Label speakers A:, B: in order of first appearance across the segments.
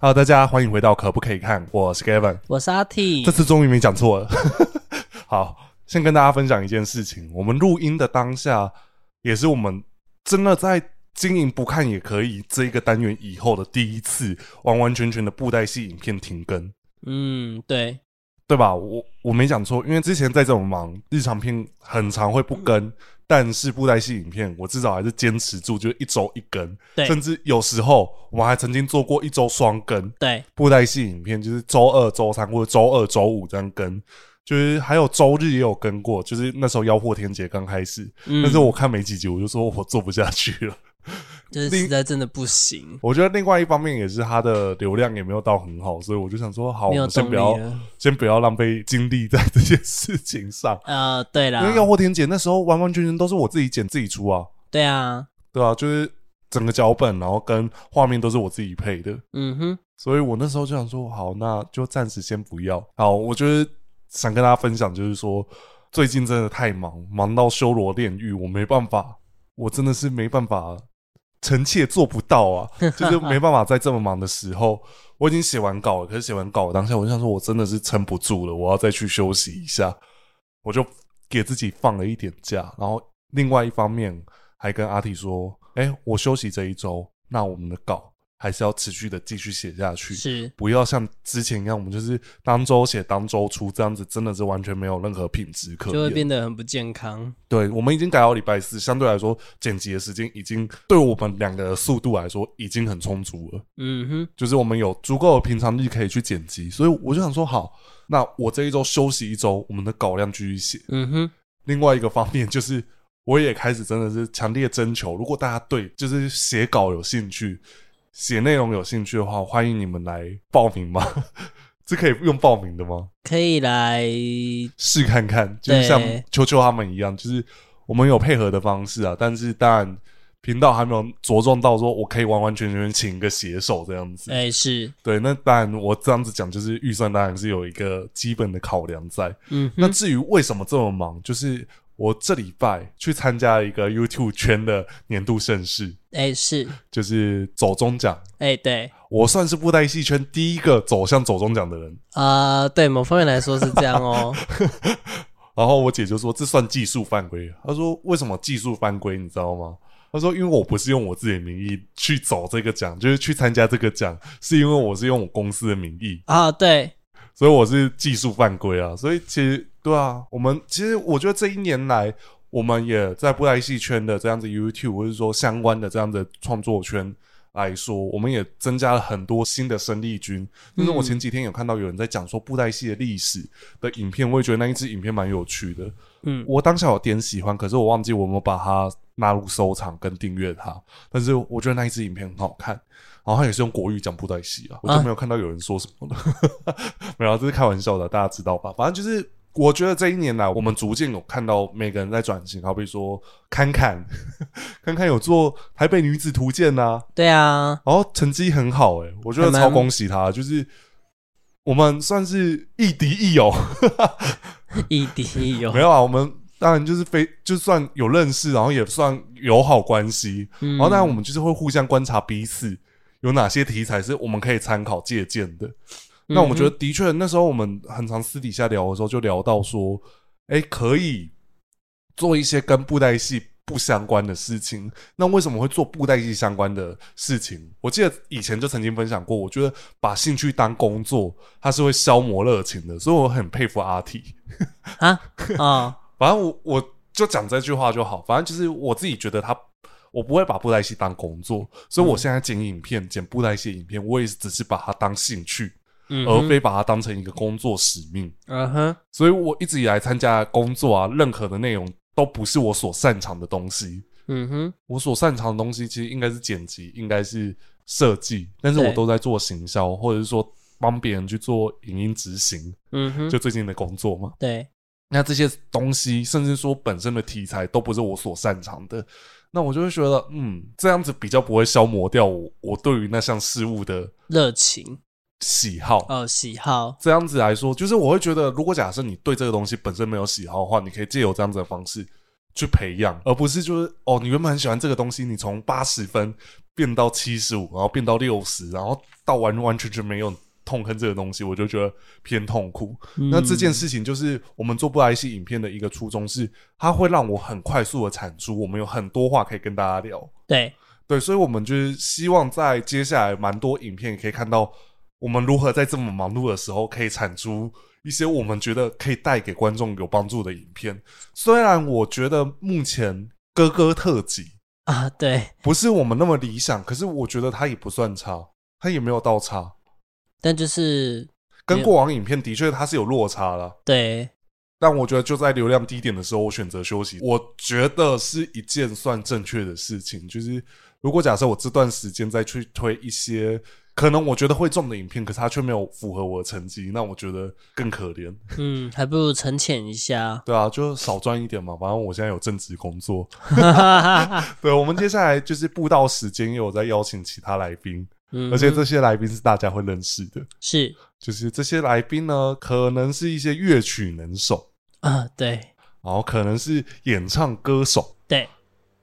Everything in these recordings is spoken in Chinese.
A: Hello，大家欢迎回到可不可以看？我是 Gavin，
B: 我是阿 T
A: 这。次终于没讲错了。 好，先跟大家分享一件事情，我们录音的当下，也是我们真的在经营不看也可以这一个单元以后的第一次，完完全全的布袋戏影片停更，
B: 嗯，对，
A: 对吧？我我没讲错，因为之前在这种忙日常片很常会不更，但是布袋戏影片我至少还是坚持住，就是一周一更，
B: 对
A: 甚至有时候我们还曾经做过一周双更。
B: 对，
A: 布袋戏影片，就是周二、周三或者周二、周五这样更，就是还有周日也有更过，就是那时候妖惑天劫刚开始，
B: 嗯，
A: 但是我看没几集我就说我做不下去了。
B: 就是实在真的不行，
A: 我觉得另外一方面也是它的流量也没有到很好，所以我就想说，好，我
B: 没有
A: 们先
B: 动
A: 不要
B: 力了
A: 先不要浪费精力在这件事情上，
B: 呃， 对啦
A: 因，为妖惑天劫那时候完完全全都是我自己剪自己出啊，
B: 对啊，
A: 对啊，就是整个脚本然后跟画面都是我自己配的，
B: 嗯哼，
A: 所以我那时候就想说，好，那就暂时先不要。好，我就是想跟大家分享，就是说最近真的太忙，忙到修罗炼狱，我没办法，我真的是没办法，臣妾做不到啊，就是没办法在这么忙的时候，我已经写完稿了，可是写完稿当下，我就想说，我真的是撑不住了，我要再去休息一下，我就给自己放了一点假，然后另外一方面还跟阿体说，哎、我休息这一周，那我们的稿。还是要持续的继续写下去，
B: 是，
A: 不要像之前一样，我们就是当周写当周出这样子，真的是完全没有任何品质可
B: 就会
A: 言。
B: 变得很不健康。
A: 对，我们已经改到礼拜四，相对来说剪辑的时间已经对我们两个的速度来说已经很充足了，
B: 嗯哼，
A: 就是我们有足够的平常日可以去剪辑，所以我就想说，好，那我这一周休息一周，我们的稿量继续写。
B: 嗯哼，
A: 另外一个方面就是，我也开始真的是强烈征求，如果大家对就是写稿有兴趣、写内容有兴趣的话，欢迎你们来报名吗？ 这可以用报名的吗？
B: 可以来，
A: 试看看，就是
B: 对
A: 像秋秋他们一样，就是我们有配合的方式啊，但是当然频道还没有着重到说我可以完完全全请一个写手这样子。
B: 哎，是，
A: 对，那当然我这样子讲，就是预算当然是有一个基本的考量在。
B: 嗯
A: 那
B: 哼，
A: 至于为什么这么忙，就是我这礼拜去参加了一个 YouTube 圈的年度盛事，
B: 哎，是，
A: 就是走中奖。
B: 哎，对，
A: 我算是布袋戏圈第一个走向走中奖的人。
B: 呃，对某方面来说是这样哦，
A: 然后我姐就说：“这算技术犯规。”她说：“为什么技术犯规？你知道吗？”她说：“因为我不是用我自己的名义去走这个奖，就是去参加这个奖，是因为我是用我公司的名义，
B: 啊，对，
A: 所以我是技术犯规啊，所以其实对啊，我们其实我觉得这一年来，我们也在布袋戏圈的这样子 YouTube 或者说相关的这样的创作圈来说，我们也增加了很多新的生力军。就是我前几天有看到有人在讲说布袋戏的历史的影片，我也觉得那一支影片蛮有趣的。
B: 嗯
A: 我当下有点喜欢，可是我忘记我有没有把它纳入收藏跟订阅它。但是我觉得那一支影片很好看，然后它也是用国语讲布袋戏啊，我就没有看到有人说什么了。 没有啊，这是开玩笑的，大家知道吧？反正就是。我觉得这一年来，我们逐渐有看到每个人在转型，好比说侃侃，侃侃有做《台北女子图鉴》呐，
B: 对啊，
A: 然后成绩很好、欸，我觉得
B: 还蛮
A: 超恭喜他，就是我们算是亦敌亦友，
B: 亦敌亦 友
A: 没，有啊，我们当然就是非就算有认识，然后也算友好关系，
B: 嗯
A: 然后当然我们就是会互相观察彼此有哪些题材是我们可以参考借鉴的。那我
B: 嗯
A: 们觉得的确，那时候我们很常私底下聊的时候，就聊到说，哎，可以做一些跟布袋戏不相关的事情。那为什么会做布袋戏相关的事情？我记得以前就曾经分享过，我觉得把兴趣当工作，它是会消磨热情的，所以我很佩服阿 T。
B: 啊，哦，
A: 反正我我就讲这句话就好，反正就是我自己觉得他，我不会把布袋戏当工作，所以
B: 嗯
A: 我现在剪影片、剪布袋戏影片，我也只是把它当兴趣，
B: 嗯
A: 而
B: 哼，
A: 非把它当成一个工作使命。
B: 嗯哼，
A: 所以我一直以来参加的工作啊，任何的内容都不是我所擅长的东西。
B: 嗯哼，
A: 我所擅长的东西其实应该是剪辑，应该是设计，但是
B: 对
A: 我都在做行销，或者是说帮别人去做影音执行，
B: 嗯哼，
A: 就最近的工作嘛。
B: 对，
A: 那这些东西，甚至说本身的题材，都不是我所擅长的。那我就会觉得，嗯，这样子比较不会消磨掉我我对于那项事物的
B: 热情
A: 喜好。
B: 哦，喜好，
A: 这样子来说，就是我会觉得，如果假设你对这个东西本身没有喜好的话，你可以借由这样子的方式去培养，而不是就是哦，你原本很喜欢这个东西，你从八十分变到七十五，然后变到六十，然后到完完全全没有痛恨这个东西，我就觉得偏痛苦。
B: 嗯
A: 那这件事情就是我们做布莱希影片的一个初衷是，它会让我很快速的产出，我们有很多话可以跟大家聊。
B: 嗯对，
A: 对，所以，我们就是希望在接下来蛮多影片可以看到，我们如何在这么忙碌的时候，可以产出一些我们觉得可以带给观众有帮助的影片。虽然我觉得目前哥哥特辑
B: 啊，对，
A: 不是我们那么理想，可是我觉得它也不算差，它也没有到差，
B: 但就是
A: 跟过往影片的确它是有落差了。
B: 对，
A: 但我觉得就在流量低点的时候，我选择休息，我觉得是一件算正确的事情。就是如果假设我这段时间再去推一些可能我觉得会中的影片，可是它却没有符合我的成绩，那我觉得更可怜。，
B: 嗯，还不如沉潜一下
A: 对啊，就少赚一点嘛，反正我现在有正职工作。
B: 嗯，
A: 对，我们接下来就是布道时间，也有在邀请其他来宾，而且这些来宾是大家会认识的。
B: 嗯是
A: 就是这些来宾呢，可能是一些乐曲能手，
B: 啊，对
A: 然后可能是演唱歌手。
B: 对，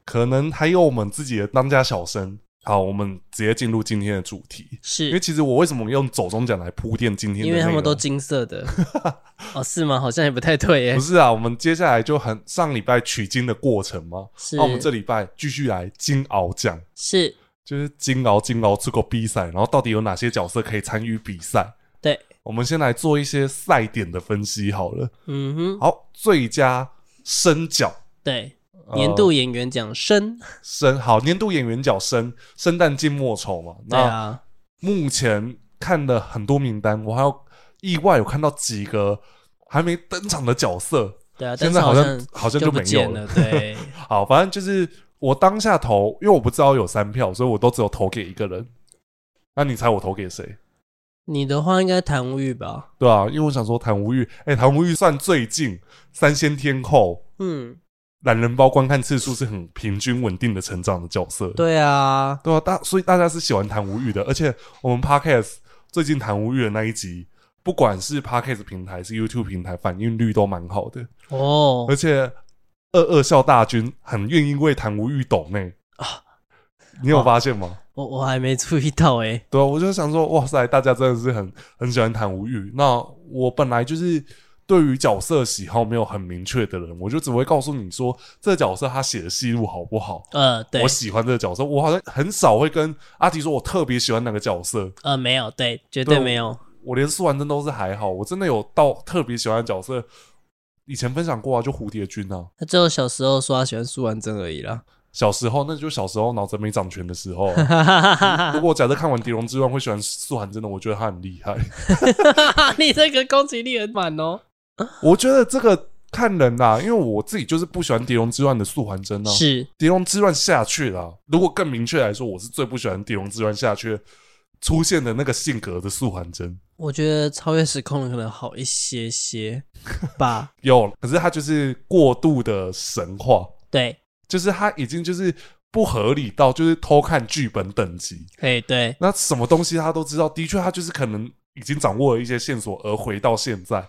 A: 可能还有我们自己的当家小生。好，我们直接进入今天的主题，因为
B: 是
A: 其实我为什么用走中奖来铺垫今天的
B: 因为他
A: 内
B: 们
A: 容
B: 都金色 的，哦，是吗？好像也不太对耶
A: 不，是啊，我们接下来就很上礼拜取经的过程嘛，
B: 是
A: 那、啊我们这礼拜继续来金鳌奖，
B: 是，
A: 就是金鳌金鳌这个比赛，然后到底有哪些角色可以参与比赛？
B: 对，
A: 我们先来做一些赛点的分析好了。
B: 嗯哼，
A: 好，最佳生角
B: 对，
A: 呃
B: 年度演员奖生，
A: 生好年度演员角生生旦净末丑嘛，
B: 对
A: 那、
B: 啊，
A: 目前看了很多名单，我还有意外有看到几个还没登场的角色。
B: 对啊，
A: 现
B: 但
A: 在
B: 是
A: 好
B: 像
A: 像好像就
B: 就不
A: 没有
B: 见
A: 了
B: 了，对，
A: 好，反正就是我当下投，因为我不知道有三票，所以我都只有投给一个人。那你猜我投给谁？
B: 你的话应该谭无欲吧？
A: 对啊，因为我想说谭无欲，哎、谭无欲算最近三先天后
B: 嗯，
A: 懒人包观看次数是很平均稳定的成长的角色。
B: 对啊，
A: 对啊，大所以大家是喜欢谭无欲的，而且我们 podcast 最近谭无欲的那一集，不管是 podcast 平台是 YouTube 平台，反应率都蛮好的，
B: 哦
A: 而，且二二校大军很愿意为谭无欲抖内啊，你有发现吗？
B: 我我还没注意到哎、
A: 对啊，我就想说，哇塞，大家真的是很很喜欢谭无欲。那我本来就是对于角色喜好没有很明确的人，我就只会告诉你说，这个角色他写的戏路好不好，
B: 呃，对
A: 我，喜欢这个角色，我好像很少会跟阿迪说我特别喜欢哪个角色，
B: 呃，没有，对，绝
A: 对
B: 对
A: 我
B: 没有，
A: 我连苏完真都是还好，我真的有到特别喜欢的角色，以前分享过啊，就蝴蝶君啊，
B: 他只有小时候说他喜欢苏完真而 已啦。
A: 小时候那就小时候脑子没长全的时候 啊、
B: 哈哈哈哈
A: 如果假设看完《狄龙之乱》会喜欢素涵真的，我觉得他很厉害。
B: 哈，你这个攻击力很满哦。
A: 我觉得这个看人啦、因为我自己就是不喜欢《狄龙之乱》的素涵真啊。
B: 是
A: 《狄龙之乱》下去啦、如果更明确来说，我是最不喜欢《狄龙之乱》下去出现的那个性格的素涵真。
B: 我觉得超越时空的可能好一些些吧。
A: 有，可是他就是过度的神话，
B: 对，
A: 就是他已经就是不合理到就是偷看剧本等级，
B: 哎，对，
A: 那什么东西他都知道，的确他就是可能已经掌握了一些线索而回到现在，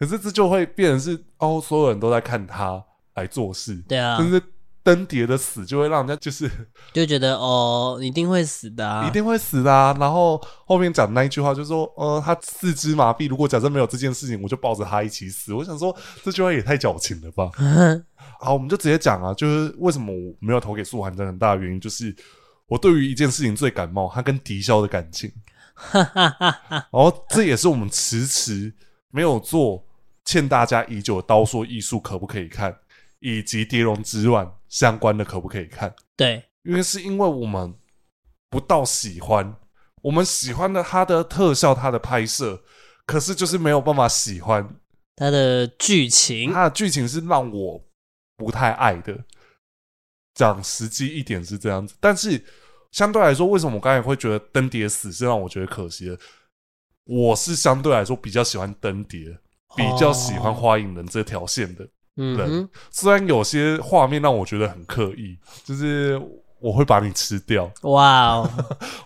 A: 可是这就会变成是哦，所有人都在看他来做事，
B: 对啊，
A: 但是登蝶的死就会让人家就是
B: 就觉得哦，你一定会死的啊。
A: 一定会死的啊、然后后面讲那一句话就说，呃，他四肢麻痹，如果假设没有这件事情，我就抱着他一起死。我想说这句话也太矫情了吧。好，我们就直接讲啊，就是为什么我没有投给素涵真的很大的原因，就是我对于一件事情最感冒，他跟迪潇的感情，然后这也是我们迟迟没有做欠大家已久的刀说艺术可不可以看，以及蝶龙之乱相关的可不可以看，
B: 对，
A: 因为是因为我们不到喜欢，我们喜欢的它的特效、它的拍摄，可是就是没有办法喜欢
B: 他的剧情
A: 它的剧情是让我不太爱的。讲实际一点是这样子，但是相对来说，为什么我刚才会觉得登蝶死是让我觉得可惜的？我是相对来说比较喜欢登蝶，比较喜欢
B: 哦
A: 花影人这条线的。
B: 嗯
A: 人
B: 哼，
A: 虽然有些画面让我觉得很刻意，就是我会把你吃掉。
B: 哇哦，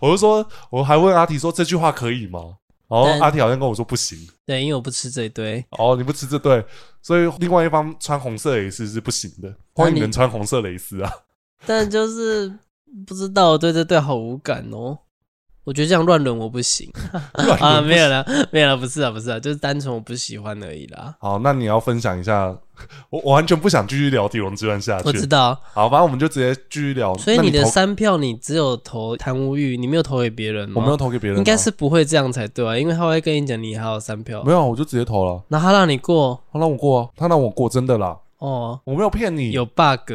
A: 我就说，我还问阿提说这句话可以吗？然后
B: 但
A: 阿提好像跟我说不行。
B: 对，因为我不吃这一堆，
A: 哦，你不吃这对，所以另外一方穿红色蕾丝是不行的。欢迎
B: 你
A: 人穿红色蕾丝啊！
B: 但就是不知道，对这对好无感哦。我觉得这样乱伦我 不行啊，没有啦，没有啦，不是啊，不是啊，就是单纯我不喜欢而已啦。
A: 好，那你要分享一下，我我完全不想继续聊《狄龙之乱》下去。
B: 我知道，
A: 好，反正我们就直接继续聊。
B: 所以
A: 哦那你
B: 的
A: 投
B: 三票你只有投谭无欲，你没有投给别人吗？
A: 我没有投给别人啊，
B: 应该是不会这样才对啊，因为他会跟你讲你还有三票
A: 没，有啊，我就直接投了。
B: 那他让你过
A: 他让我过啊，他让我过，真的啦，
B: 哦，
A: 我没有骗你。
B: 有 bug，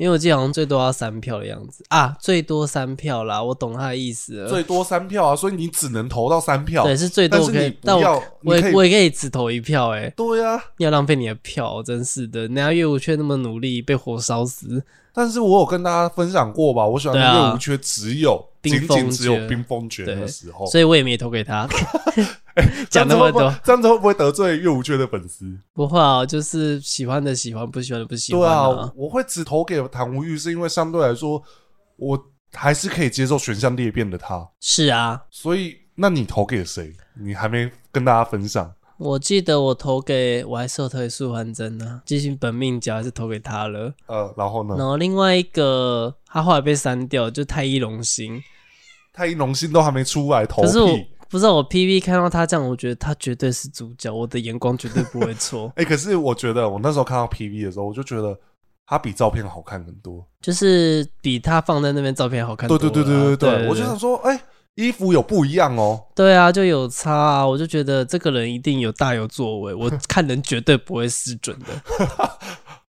B: 因为我记得好像最多要三票的样子啊，最多三票啦，我懂他的意思了。
A: 最多三票啊，所以你只能投到三票。
B: 对，是最
A: 但
B: 多
A: 是
B: 可
A: 你
B: 以，
A: 不
B: 但
A: 要
B: 我，我
A: 你可
B: 也
A: 以
B: 我也可以只投一票哎、
A: 对啊，
B: 要浪费你的票，真是的！人家岳无缺那么努力，被火烧死，
A: 但是我有跟大家分享过吧，我喜欢
B: 对啊
A: 的岳无缺只有
B: 冰
A: 仅
B: 封
A: 仅只有
B: 诀
A: 冰封诀
B: 对
A: 的时候，
B: 所以我也没投 给他。
A: 哦
B: 讲
A: 哎这
B: 那
A: 样子
B: 么
A: 会不会
B: 多，
A: 这样子会不会得罪岳无缺的粉丝？
B: 不会啊，就是喜欢的喜欢，不喜欢的不喜
A: 对
B: 欢
A: 啊
B: 啊。，
A: 我会只投给谭无欲，是因为相对来说，我还是可以接受选项裂变的他。
B: 是啊，
A: 所以，那你投给谁？你还没跟大家分享。
B: 我记得我投给我还是有投给素还真呢、啊，继续本命角还是投给他了。
A: 呃，然后
B: 然
A: 呢？
B: 后另外一个他后来被删掉，就太一龙星。
A: 太一龙星都还没出来投
B: 可是我
A: 屁。。
B: 不知道我 PV 看到他这样，我觉得他绝对是主角，我的眼光绝对不会错
A: 哎、可是我觉得我那时候看到 PV 的时候，我就觉得他比照片好看很多。
B: 就是比他放在那边照片好看多
A: 对
B: 了啊。
A: 对对对对
B: 对
A: 我就想说，哎、衣服有不一样哦。
B: 对啊，就有差啊！我就觉得这个人一定有大有作为， 我看人绝对不会失准的。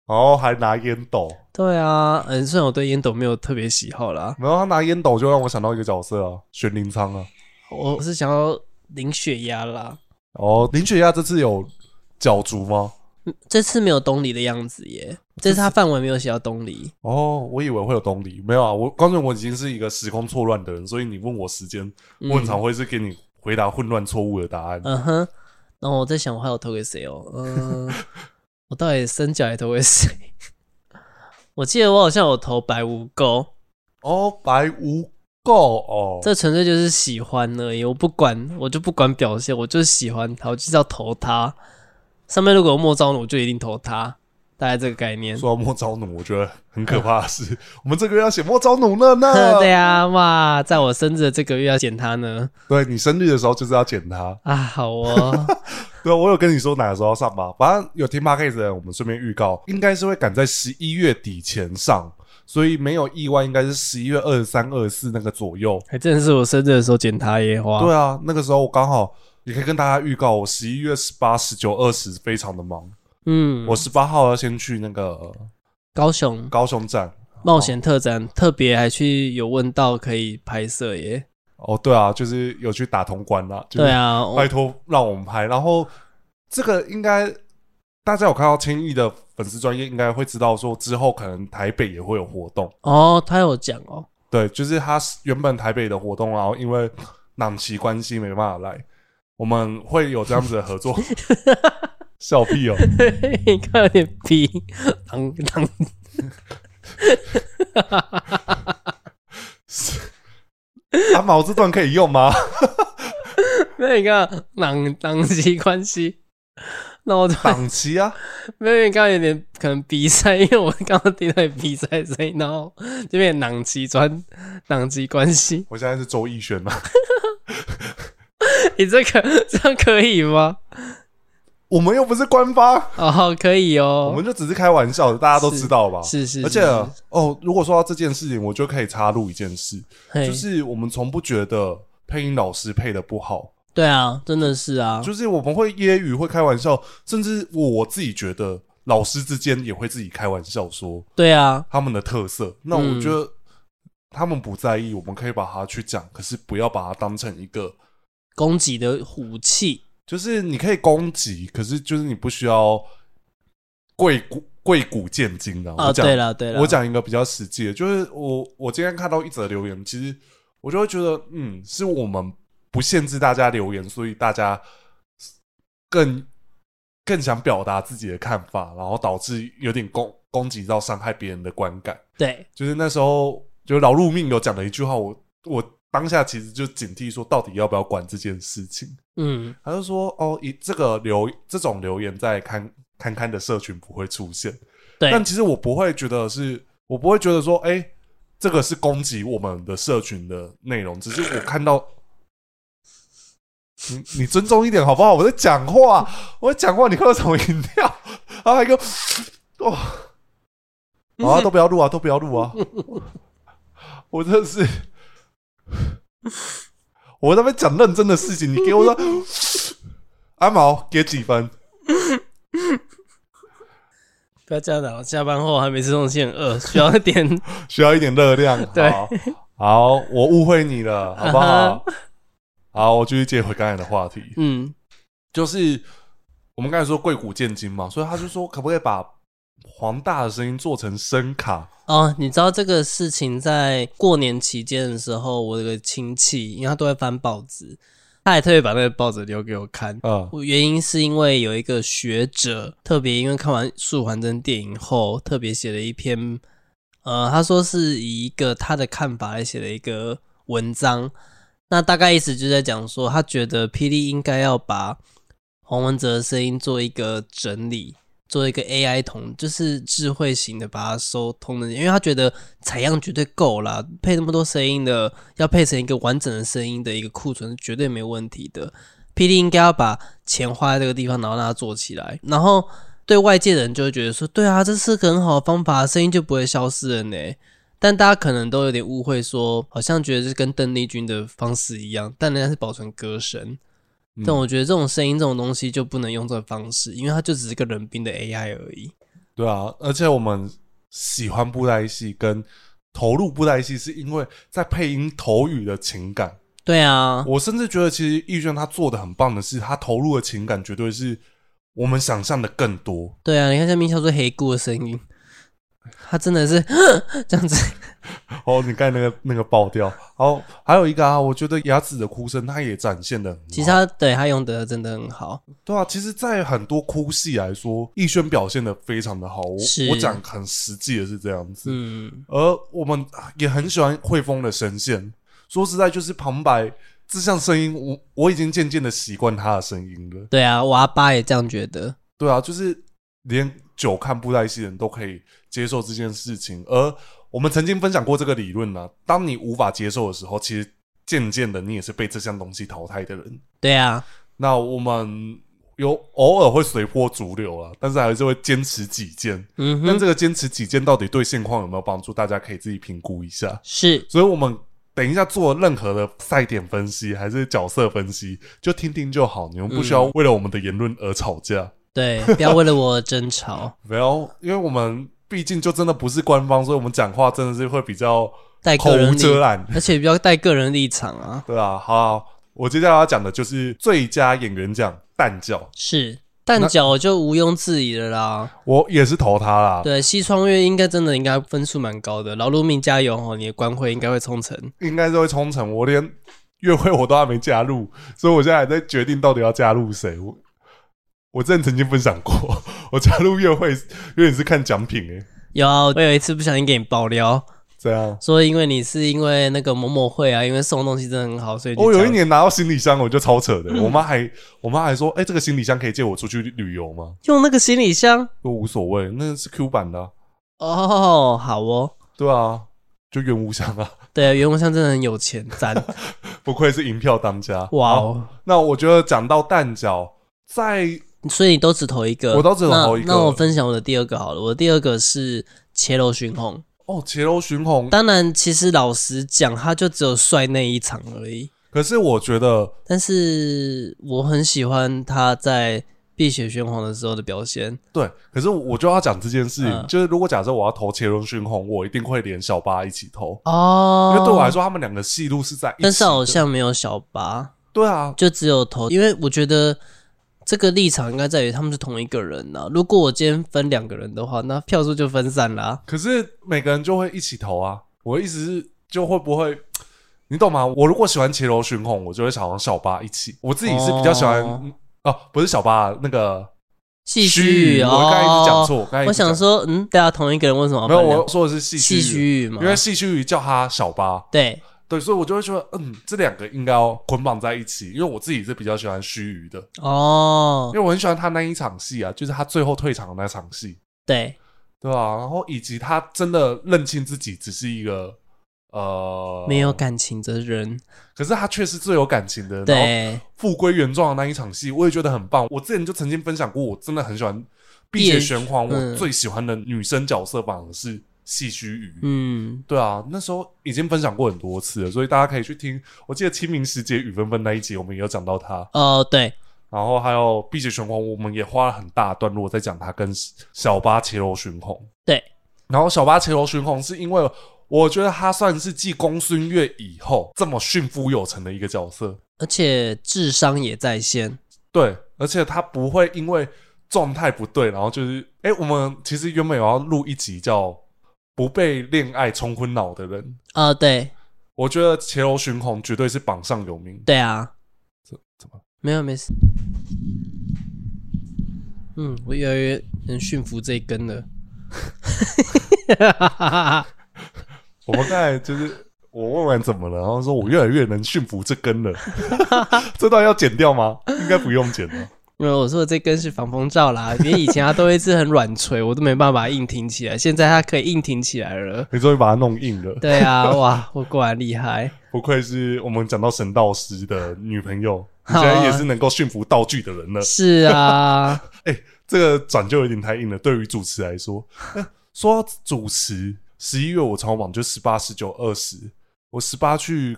A: 然后还拿烟斗，
B: 对啊，嗯，虽然我对烟斗没有特别喜好啦，
A: 然后他拿烟斗就让我想到一个角色啊，玄灵苍啊。
B: 我是想要零血压啦。
A: 哦，林雪亚这次有角逐吗？
B: 嗯这次没有东篱的样子耶，这次他范围没有写到东篱。
A: 哦，我以为会有东篱，没有啊。我刚才我已经是一个时空错乱的人，所以你问我时间，我很常会是给你回答混乱错误的答案。
B: 嗯哼，然后我在想我还有投给谁哦？嗯、 我到底伸脚也投给谁？ 我记得我好像有投白无垢，
A: 哦，白无垢哦，
B: 这纯粹就是喜欢而已，我不管，我就不管表现，我就是喜欢他，我就是要投他。上面如果有莫招奴，我就一定投他，大概这个概念。
A: 说到莫招奴，我觉得很可怕的是， 我们这个月要写莫招奴了呢。
B: 对啊，哇，在我生日的这个月要剪他呢，
A: 对你生日的时候就是要剪它。
B: 啊，好哦，
A: 对，啊我有跟你说哪个时候要上吧，反正有听 p o d c a s 的人，我们顺便预告，应该是会赶在十一月底前上，所以没有意外，应该是十一月二十三、二十四那个左右。
B: 还真的是我生日的时候剪他耶，哇，
A: 对啊，那个时候我刚好也可以跟大家预告，我十一月十八、十九、二十非常的忙。
B: 嗯，
A: 我十八号要先去那个
B: 高雄
A: 高雄站。
B: 冒险特展特别还去有问到可以拍摄耶，
A: 哦，对啊，就是有去打通关啦。就是
B: 对，啊，我
A: 拜托让我们拍。然后这个应该大家有看到千亿的粉丝专业，应该会知道说之后可能台北也会有活动。
B: 哦，他有讲哦，
A: 对，就是他是原本台北的活动，然后因为档期关系没办法来，我们会有这样子的合 作。笑屁哦！
B: 你看有点逼，当当
A: 阿啊毛这段可以用吗？
B: 那你看党党籍关系，那我突然
A: 档期啊，
B: 没有，你刚刚有点可能比赛，因为我刚刚听到你比赛的声音，然后这边党籍专党籍关系，
A: 我现在是周逸轩嘛。
B: 你这个这样可以吗？
A: 我们又不是官方，
B: 哦，可以
A: 我
B: 哦
A: 们，就只是开玩笑的，大家都知道吧？
B: 是是，
A: 而且哦，如果说到这件事情，我就可以插入一件事，
B: 就
A: 就是我们从不觉得配音老师配的不好，
B: 对啊，真的是啊，
A: 就是我们会揶揄、会开玩笑，甚至我自己觉得老师之间也会自己开玩笑说
B: 对啊，
A: 他们的特色。那我觉
B: 嗯
A: 得他们不在意，我们可以把它去讲，可是不要把它当成一个，
B: 攻击的武器，
A: 就是你可以攻击，可是就是你不需要贵古贵古见今的。
B: 啊，
A: 我讲
B: 对了对了，
A: 我讲一个比较实际的，就是我我今天看到一则留言，其实我就会觉得，嗯，是我们不限制大家留言，所以大家更更想表达自己的看法，然后导致有点攻攻击到伤害别人的观感。
B: 对，
A: 就是那时候，就是老陆命有讲了一句话，我我当下其实就警惕说，到底要不要管这件事情？
B: 嗯，
A: 他就说，哦，以这个留这种留言在看看看的社群不会出现。
B: 对，
A: 但其实我不会觉得是，我不会觉得说，哎、这个是攻击我们的社群的内容，只是我看到。你你尊重一点好不好？我在讲话，我在讲话，你喝什么饮料？然后还一个，哇、好啊，都不要录啊，都不要录啊！我真的是， 我在那边讲认真的事情，你给我说，阿啊毛给几分？
B: 不要这样讲，下班后还没吃东西，很饿，需要点。
A: 需要一点热量。
B: 对
A: 好，好，我误会你了，好不好？好，我继续接回刚才的话题，
B: 嗯，
A: 就是我们刚才说贵古见今嘛，所以他就说可不可以把黄大的声音做成声卡？
B: 哦，你知道这个事情在过年期间的时候，我有个亲戚，因为他都会翻报纸，他还特别把那个报纸留给我看。
A: 嗯
B: 我原因是因为有一个学者特别因为看完《素还真》电影后，特别写了一篇，呃，他说是以一个他的看法来写了一个文章。那大概意思就在讲说，他觉得霹雳应该要把黄文哲的声音做一个整理，做一个 AI 统，就是智慧型的把它收通的，因为他觉得采样绝对够啦，配那么多声音的，要配成一个完整的声音的一个库存是绝对没问题的。霹雳应该要把钱花在这个地方，然后让它做起来，然后对外界的人就会觉得说，对啊，这是个很好的方法，声音就不会消失了呢。但大家可能都有点误会说好像觉得是跟邓丽君的方式一样，但人家是保存歌声。
A: 嗯
B: 但我觉得这种声音这种东西就不能用这个方式，因为它就只是个冷冰的 AI 而已。嗯
A: 对啊，而且我们喜欢布袋戏跟投入布袋戏，是因为在配音投语的情感。
B: 对啊，
A: 我甚至觉得，其实逸轩他做的很棒的是，他投入的情感绝对是我们想象的更多。
B: 对啊，你看像明孝说黑姑的声音，他真的是 这样子。
A: 哦，你刚才那个那个爆掉。好，还有一个啊，我觉得牙齿的哭声，它也展现的很好。
B: 其实他对他用的真的很好，
A: 对啊，其实，在很多哭戏来说，逸轩表现的非常的好。我
B: 是
A: 我讲很实际的是这样子，
B: 嗯，
A: 而我们也很喜欢汇丰的声线。说实在，就是旁白这项声音，我我已经渐渐的习惯他的声音了。
B: 对啊，我阿爸也这样觉得。
A: 对啊，就是连久看布袋戏的人都可以接受这件事情。而我们曾经分享过这个理论呢、当你无法接受的时候，其实渐渐的你也是被这项东西淘汰的人。
B: 对啊，
A: 那我们有偶尔会随波逐流啦，但是还是会坚持己见。
B: 嗯
A: 但
B: 哼，
A: 这个坚持己见到底对现况有没有帮助，大家可以自己评估一下。
B: 是
A: 所以我们等一下做任何的赛点分析还是角色分析，就听听就好，你们不需
B: 嗯
A: 要为了我们的言论而吵架。
B: 对，不要为了我而争 吵，
A: 没有，因为我们毕竟就真的不是官方，所以我们讲话真的是会比较
B: 带
A: 口
B: 个人
A: 无
B: 立，
A: 遮拦，
B: 而且不要带个人立场啊。
A: 对啊，好啊我接下来要讲的就是最佳演员奖蛋教，
B: 是，蛋饺就毋庸置疑了啦。
A: 我也是投他啦，
B: 对，西窗月应该真的应该分数蛮高的，劳碌命加油哦，你的官会应该会冲成。
A: 应该是会冲绳，我连约会我都还没加入，所以我现在还在决定到底要加入谁。我我之前曾经分享过， 我加入约会有点是看奖品诶、欸，
B: 有啊，我有一次不小心给你爆料，
A: 这样。
B: 说因为你是因为那个某某会啊，因为送东西真的很好，所以就
A: 我哦有
B: 加
A: 一
B: 入嗯
A: 年拿到行李箱，我就超扯的。我妈还，我妈还说：“哎、这个行李箱可以借我出去旅游吗？”
B: 用那个行李箱。
A: 都无所谓，那是 Q 版的啊、
B: 哦，好哦，
A: 对啊，就原无香啊，
B: 对，袁文香真的很有钱，赞，
A: 不愧是银票当家。
B: 哇
A: 好
B: 哦。
A: 那我觉得讲到蛋饺，在
B: 所以你都只投一个，
A: 我都只投一个
B: 那。那我分享我的第二个好了，我的第二个是切肉巡红。
A: 哦茄楼巡红，
B: 当然，其实老实讲，他就只有帅那一场而已。
A: 可是我觉得
B: 但是我很喜欢他在《碧血玄黄》的时候的表现。
A: 对，可是我就要讲这件事情，
B: 嗯
A: 就是如果假设我要投茄楼巡红，我一定会连小八一起投。
B: 哦
A: 因为对我来，说，他们两个戏路是在一起的，
B: 但是好像没有小八，
A: 对啊，
B: 就只有头，因为我觉得这个立场应该在于他们是同一个人呐、如果我今天分两个人的话，那票数就分散啦、
A: 可是每个人就会一起投啊。我的意思是，就会不会，你懂吗？我如果喜欢骑楼巡红，我就会想要小八一起。我自己是比较喜欢
B: 哦
A: 哦、不是小八那个
B: 戏
A: 虚
B: 虚
A: 我
B: 哦，
A: 刚才一直讲错，我刚才一直
B: 我想
A: 讲错
B: 说，嗯，大家同一个人为什么要
A: 没有，
B: 分两
A: 我说的是戏
B: 戏
A: 虚，
B: 虚嘛
A: 因？为戏虚叫他小八，
B: 对，
A: 对，所以我就会觉得，嗯，这两个应该要捆绑在一起，因为我自己是比较喜欢须臾的，
B: 哦
A: 因，为我很喜欢他那一场戏啊，就是他最后退场的那场戏，
B: 对，
A: 对啊，然后以及他真的认清自己只是一个呃
B: 没有，感情的人，
A: 可是他却是最有感情的。然后
B: 对，
A: 复归原状的那一场戏，我也觉得很棒。我之前就曾经分享过，我真的很喜欢《碧血玄黄》，
B: 嗯
A: 我最喜欢的女生角色反而是戏须臾。
B: 嗯，
A: 对啊，那时候已经分享过很多次了，所以大家可以去听。我记得清明时节雨纷纷那一集，我们也有讲到他，
B: 哦，对，
A: 然后还有碧血玄红，我们也花了很大段落在讲他跟小巴切罗巡红。
B: 对，
A: 然后小巴切罗巡红是因为我觉得他算是继公孙越以后这么驯服有成的一个角色，
B: 而且智商也在线，
A: 对，而且他不会因为状态不对，然后就是，哎，我们其实原本有要录一集叫“不被恋爱冲昏脑的人”，
B: 哦，对，
A: 我觉得切罗巡红绝对是榜上有名。
B: 对啊，
A: 怎怎么？
B: 没有，没事。嗯，我越来越能驯服这一 根了。
A: 我们刚才就是 我问完怎么了，然后说我越来越能驯服这根了。 这段要剪掉吗？应该不用剪了。
B: 因为我说的这根是防风罩啦，因为以前它都会是很软垂，我都没办法硬挺起来，现在它可以硬挺起来了。
A: 你终于把它弄硬了，
B: 对啊，哇，我果然厉害。
A: 不愧是我们讲到神道师的女朋 友，你
B: 啊
A: 现在也是能够驯服道具的人 了。
B: 是啊，
A: 这个转就有点太硬了，对于主持来说。 呃说到主持，十一月我超忙，就十八、十九、二十。我十八去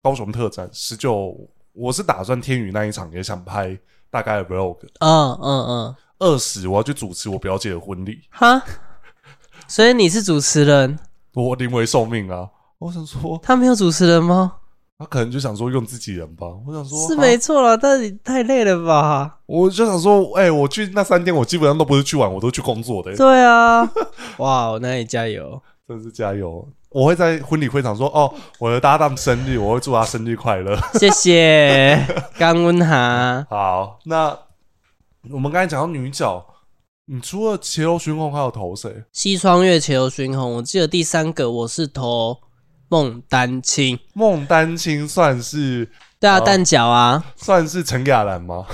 A: 高雄特展，十九我是打算天宇那一场也想拍大概的 vlog，
B: 嗯嗯嗯，
A: 二十我要去主持我表姐的婚礼，
B: 哈，所以你是主持人，
A: 我临危受命啊！我想说，
B: 他没有主持人吗？
A: 他可能就想说用自己人吧。我想说，
B: 是
A: 啊
B: 没错啦，但你太累了吧？
A: 我就想说，哎、我去那三天，我基本上都不是去玩，我都去工作的、
B: 对啊， 哇，那你加油。
A: 真是加油！我会在婚礼会场说，哦，我的搭档生日，我会祝他生日快乐。
B: 谢谢甘温涵。
A: 好，那我们刚才讲到女角，你除了骑楼巡红，还有投谁？
B: 西窗月球巡红，我记得第三个我是投孟丹青，
A: 孟丹青算是
B: 对啊，
A: 哦
B: 蛋饺啊，
A: 算是陈雅兰吗？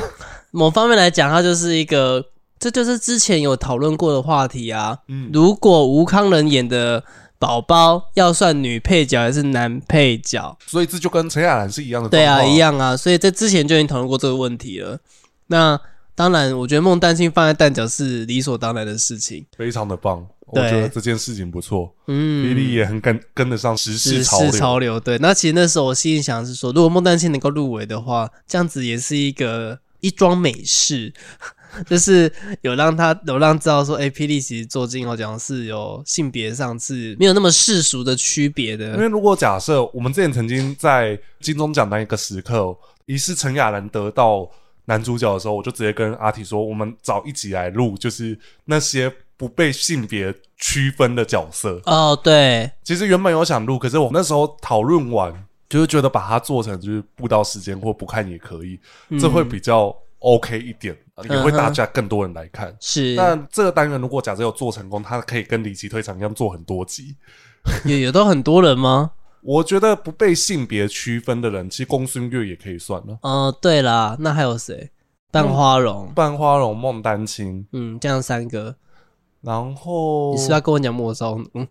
B: 某方面来讲，它就是一个，这就是之前有讨论过的话题啊。
A: 嗯，
B: 如果吴康仁演的宝宝要算女配角还是男配角？
A: 所以这就跟陈雅兰是一样的，
B: 对啊，一。样啊，所以在之前就已经讨论过这个问题了。那当然，我觉得孟丹青放在蛋饺是理所当然的事情。
A: 非常的棒，我
B: 对
A: 觉得这件事情不错。莉莉
B: 嗯，
A: 也很跟跟得上时事
B: 是
A: 潮
B: 是
A: 流，
B: 潮流。对，那其实那时候我心里想的是说，如果孟丹青能够入围的话，这样子也是一个一桩美事， 就是有让他有让知道说，哎、霹雳其实做金好奖是有性别上是没有那么世俗的区别
A: 因为
B: 的。
A: 如果假设我们之前曾经在金钟奖那一个时刻，疑似陈雅兰得到男主角的时候，我就直接跟阿体说，我们找一集来录，就是那些不被性别区分的角色。
B: 哦，对，
A: 其实原本有想录，可是我那时候讨论完，就是觉得把它做成就是不到时间或不看也可以，这会比较 OK 一点，也会大家更多人来看。
B: 是
A: 但这个单元如果假设有做成功，它可以跟离奇退场一样做很多集。
B: 有有都很多人吗？
A: 我觉得不被性别区分的人，其实公孙月也可以算了。
B: 哦、对啦，那还有谁？蛋
A: 嗯
B: 花荣，
A: 半花荣、孟丹青，
B: 嗯，这样三个。
A: 然后
B: 你是不是要跟我讲莫招奴？嗯，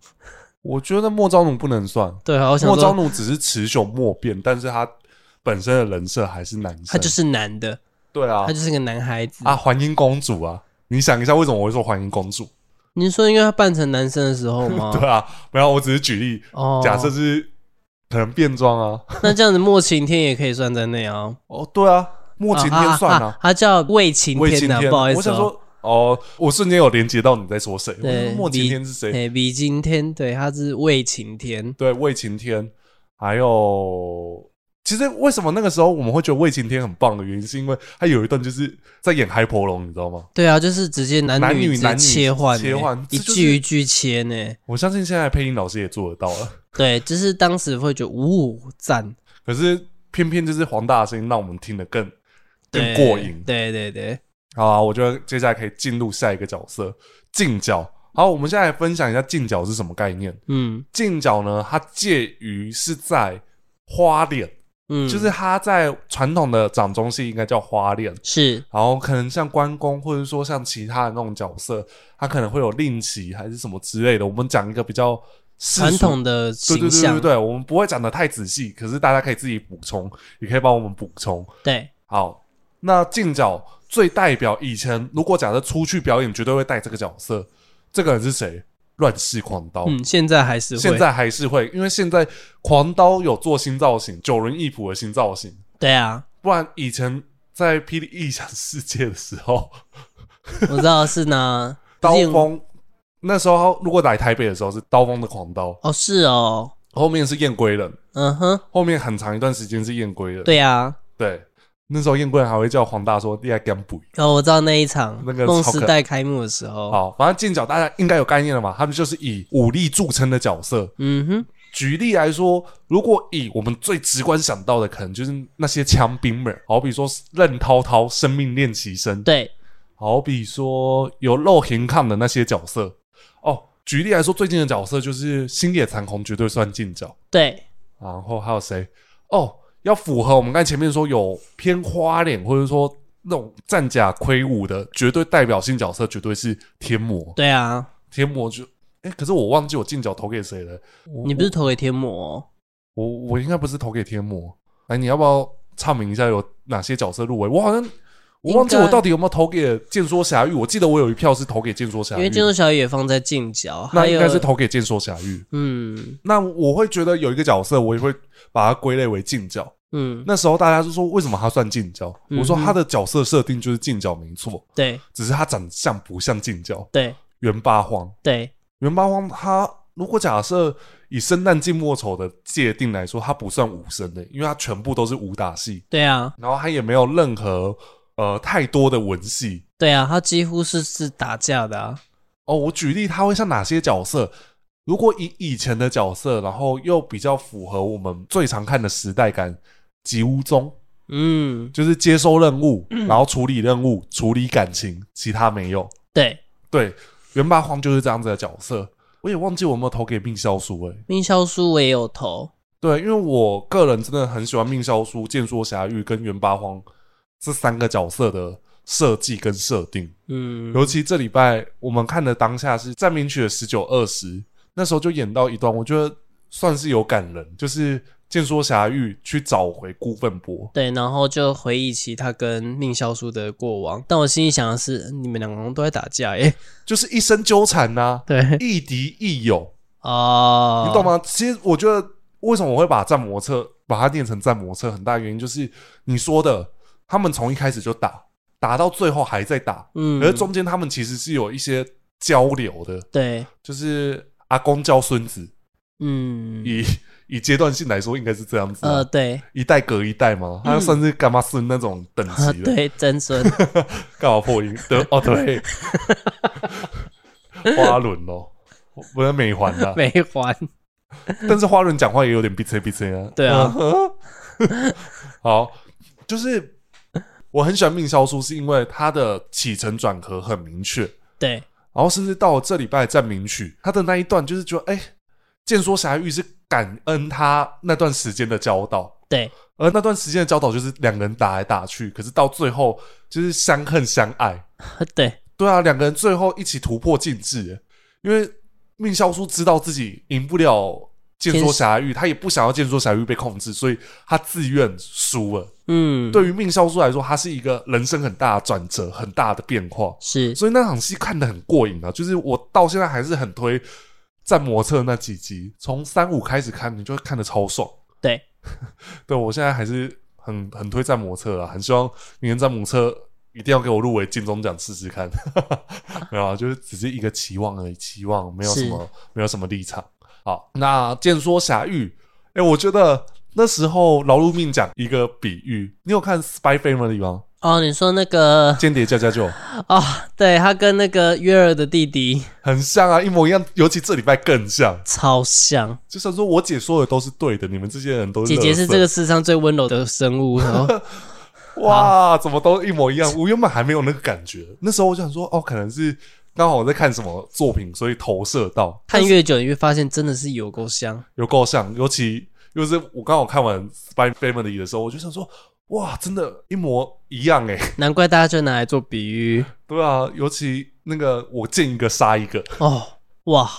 A: 我觉得莫昭奴不能算，
B: 对啊，我想
A: 莫昭
B: 说
A: 奴只是雌雄莫辨，但是他本身的人设还是男生。
B: 他就是男的，
A: 对啊
B: 他，就是个男孩子。
A: 啊，环英公主啊，你想一下为什么我会说环英公主？
B: 您说因为他扮成男生的时候吗？
A: 对啊，没有，我只是举例，
B: 哦，
A: 假设是可能变装啊。
B: 那这样子，莫晴天也可以算在内啊。
A: 哦，对啊， 莫晴天算
B: 啊，他叫魏晴
A: 魏晴
B: 天啊，
A: 天，
B: 不好意思，
A: 我想，说。哦，我瞬间有连接到你在说谁？我
B: 对
A: 说莫晴
B: 你
A: 天是谁？
B: 哎，比晴天，对，他是魏晴天，
A: 对，魏晴天，还有，其实为什么那个时候我们会觉得魏晴天很棒的原因，是因为他有一段就是在演嗨婆龙，你知道吗？
B: 对啊，就是直接男
A: 男女
B: 女直接
A: 男女
B: 切换呢，欸
A: 切换
B: 一
A: 这就是
B: 句一句切呢。
A: 我相信现在配音老师也做得到了，
B: 对，就是当时会觉得，呜，赞，
A: 可是偏偏就是黄大的声音让我们听得更更
B: 对
A: 过瘾。
B: 对对对，
A: 好啊，我觉得接下来可以进入下一个角色近角。好，我们现在来分享一下近角是什么概念。
B: 嗯
A: 近角呢，它介于是在花脸，
B: 嗯，
A: 就是它在传统的掌中戏应该叫花脸，
B: 是
A: 然后可能像关公，或者说像其他的那种角色，他可能会有令旗还是什么之类的。我们讲一个比较世俗
B: 传统
A: 对
B: 的
A: 对
B: 形
A: 对对
B: 象，
A: 对，我们不会讲的太仔细，可是大家可以自己补充，也可以帮我们补充。
B: 对
A: 好，那近角最代表以前，如果假设出去表演，绝对会带这个角色。这个人是谁？乱世狂刀。
B: 嗯，现在还是会，
A: 哦现在还是会，因为现在狂刀有做新造型，九人一仆的新造型，
B: 对啊，
A: 不然以前在《霹雳异想世界》的时候，
B: 我知道是呢，
A: 刀
B: 之前
A: 锋那时候如果来台北的时候是刀锋的狂刀，
B: 哦，是哦，
A: 后面是燕归人，
B: 嗯哼，
A: 后面很长一段时间是燕归人。
B: 对啊，
A: 对那时候燕归人还会叫黄大说你来干补。
B: 哦，我知道那一场
A: 那个
B: 梦
A: 超可
B: 时代开幕的时候，
A: 好，反正剑角大家应该有概念了嘛，他们就是以武力著称的角色。
B: 嗯哼，
A: 举例来说，如果以我们最直观想到的，可能就是那些枪兵们，好比说任涛涛、生命练习生，
B: 对，
A: 好比说有露hình抗的那些角色。哦，举例来说，最近的角色就是星野残红，绝对算近角。
B: 对，
A: 然后还有谁？哦，要符合我们刚才前面说有偏花脸，或者说那种战甲魁梧的，绝对代表性角色绝对是天魔。
B: 对啊，
A: 天魔就，哎、可是我忘记我近角投给谁了。我
B: 你不是投给天魔哦、
A: 我我应该不是投给天魔。哎，你要不要唱名一下有哪些角色入围？我好像我忘记
B: 应该
A: 我到底有没有投给剑说侠玉。我记得我有一票是投给剑说侠
B: 因为
A: 玉，
B: 金钟小雨也放在近角，
A: 那
B: 还
A: 应
B: 有
A: 该是投给剑说侠玉。
B: 嗯
A: 那我会觉得有一个角色，我也会把它归类为近角。
B: 嗯，
A: 那时候大家就说为什么他算近角？
B: 嗯哼
A: 我说他的角色设定就是近角没错，
B: 对
A: 只是他长相不像近角。
B: 对
A: 袁八荒，
B: 对，
A: 袁八荒他如果假设以生旦净末丑的界定来说，他不算武生的，因为他全部都是武打戏，
B: 对啊
A: 然后他也没有任何呃太多的文戏。
B: 对啊，他几乎是是打架的啊，
A: 哦，我举例他会像哪些角色？如果以以前的角色，然后又比较符合我们最常看的时代感，吉屋宗。
B: 嗯，
A: 就是接收任务，然后处理任务，处理感情，其他没有。
B: 对，
A: 对，袁八荒就是这样子的角色。我也忘记我有没有投给命萧书诶、
B: 命萧书我也有投，
A: 对，因为我个人真的很喜欢命萧书、剑说侠玉跟袁八荒这三个角色的设计跟设定。
B: 嗯
A: 尤其这礼拜我们看的当下是《战名曲》的十九二十，那时候就演到一段，我觉得算是有感人，就是剑说侠玉去找回孤愤伯。
B: 对，然后就回忆起他跟命萧书的过往，但我心里想的是，你们两个人都在打架耶，
A: 就是一生纠缠呐、
B: 对，
A: 亦敌亦友，
B: 哦，
A: 你懂？吗？其实我觉得，为什么我会把战魔车把它念成战魔车，很大原因就是你说的，他们从一开始就打，打到最后还在打，
B: 嗯，
A: 而中间他们其实是有一些交流的，
B: 对，
A: 就是阿公教孙子，
B: 嗯，
A: 以以阶段性来说，应该是这样子啊、
B: 呃，对，
A: 一代隔一代嘛，他算是干嘛孙那种等
B: 啊，
A: 级的，
B: 对，曾孙，
A: 干嘛破音？对， 哦对，花轮哦，不是美环 的、
B: 没还，
A: 但是花轮讲话也有点逼车逼车啊。
B: 对啊
A: 嗯，好，就是我很喜欢命萧书，是因为它的起承转合很明确，
B: 对，
A: 然后甚至到了这礼拜的站名曲，他的那一段就是觉得，哎、剑说侠玉是感恩他那段时间的教导。
B: 对，
A: 而那段时间的教导就是两个人打来打去，可是到最后就是相恨相爱。
B: 对，
A: 对啊，两个人最后一起突破禁制，因为命萧书知道自己赢不了剑说侠玉，他也不想要剑说侠玉被控制，所以他自愿输了。
B: 嗯，，
A: 对于命萧书来说，他是一个人生很大的转折，很大的变化，
B: 是，
A: 所以那场戏看得很过瘾啊！就是我到现在还是很推《战魔策》那几集，从三五开始看，你就会看得超爽。
B: 对，
A: 对我现在还是很很推《战魔策》啊，很希望明年《战魔策》一定要给我入围金钟奖试试看。 没有啊，就是只是一个期望而已，期望没有什么没有什么立场。好，那剑说侠玉，哎、我觉得那时候劳碌命讲一个比喻，你有看《Spy Family》吗？
B: 哦，你说那个，
A: 《间谍家家酒》
B: 哦，对他跟那个约尔的弟弟
A: 很像啊，一模一样，尤其这礼拜更像。
B: 超像，
A: 就想说我姐说的都是对的，你们这些人都是
B: 姐
A: 垃圾
B: 姐是这个世上最温柔的生物，然后
A: 哇，怎么都一模一样？我原本还没有那个感觉，那时候我就想说，哦，可能是刚好我在看什么作品，所以投射到
B: 看越久，你会发现真的是有够像，
A: 有够像，尤其又是我刚好看完《Spy Family》的时候，我就想说，哇，真的，一模一样欸诶、
B: 难怪大家就拿来做比喻，
A: 对啊，尤其那个我见一个杀一个，
B: 哦，哇，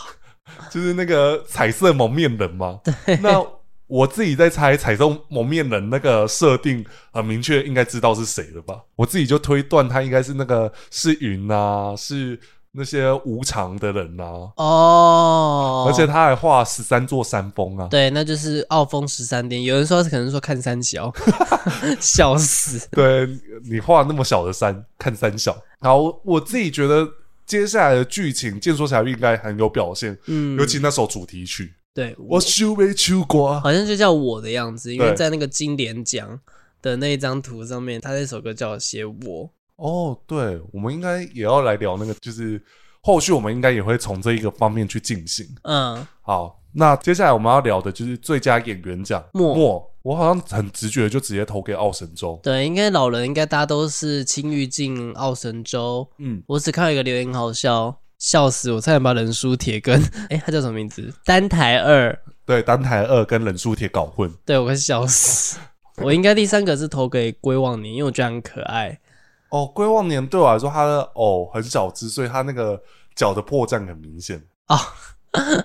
A: 就是那个彩色蒙面人嘛。那我自己在猜彩色蒙面人那个设定很明确，应该知道是谁了吧？我自己就推断他应该是那个是云啊，是那些无常的人啊，
B: 哦，
A: 而且他还画十三座山峰啊。
B: 对，那就是傲风十三天。有人说可能说看三小， 笑死。
A: 对你画那么小的山，看三小。然后我自己觉得接下来的剧情《剑说侠侣》应该很有表现，
B: 嗯，
A: 尤其那首主题曲，
B: 对，
A: 我修没秋瓜，
B: 好像就叫我的样子，因为
A: 对
B: 在那个经典奖的那一张图上面，他那首歌叫写我。
A: 哦，对，我们应该也要来聊那个，就是后续我们应该也会从这一个方面去进行。
B: 嗯，
A: 好，那接下来我们要聊的就是最佳演员奖，
B: 莫
A: 莫，我好像很直觉就直接投给奥神州。
B: 对，应该老人应该大家都是青玉镜、奥神州。
A: 嗯，
B: 我只看到一个留言很好笑，笑死我，差点把人书铁跟 哎、他叫什么名字？丹台二，
A: 对，单台二跟冷书铁搞混。
B: 对我快笑死。我应该第三个是投给龟望你，因为我觉得很可爱。
A: 哦，龟忘年对我来说，他的偶很小只，所以他那个脚的破绽很明显，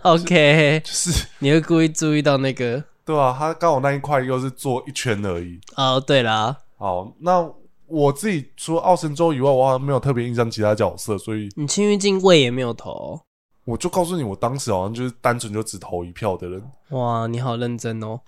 B: OK，
A: 就是
B: 你会故意注意到那个？
A: 对啊，他刚好那一块又是做一圈而已。
B: 哦，对啦，
A: 好，那我自己除了奥神州以外，我好像没有特别印象其他角色，所以
B: 你青玉镜位也没有投，
A: 我就告诉你，我当时好像就是单纯就只投一票的人，
B: 哇，你好认真哦，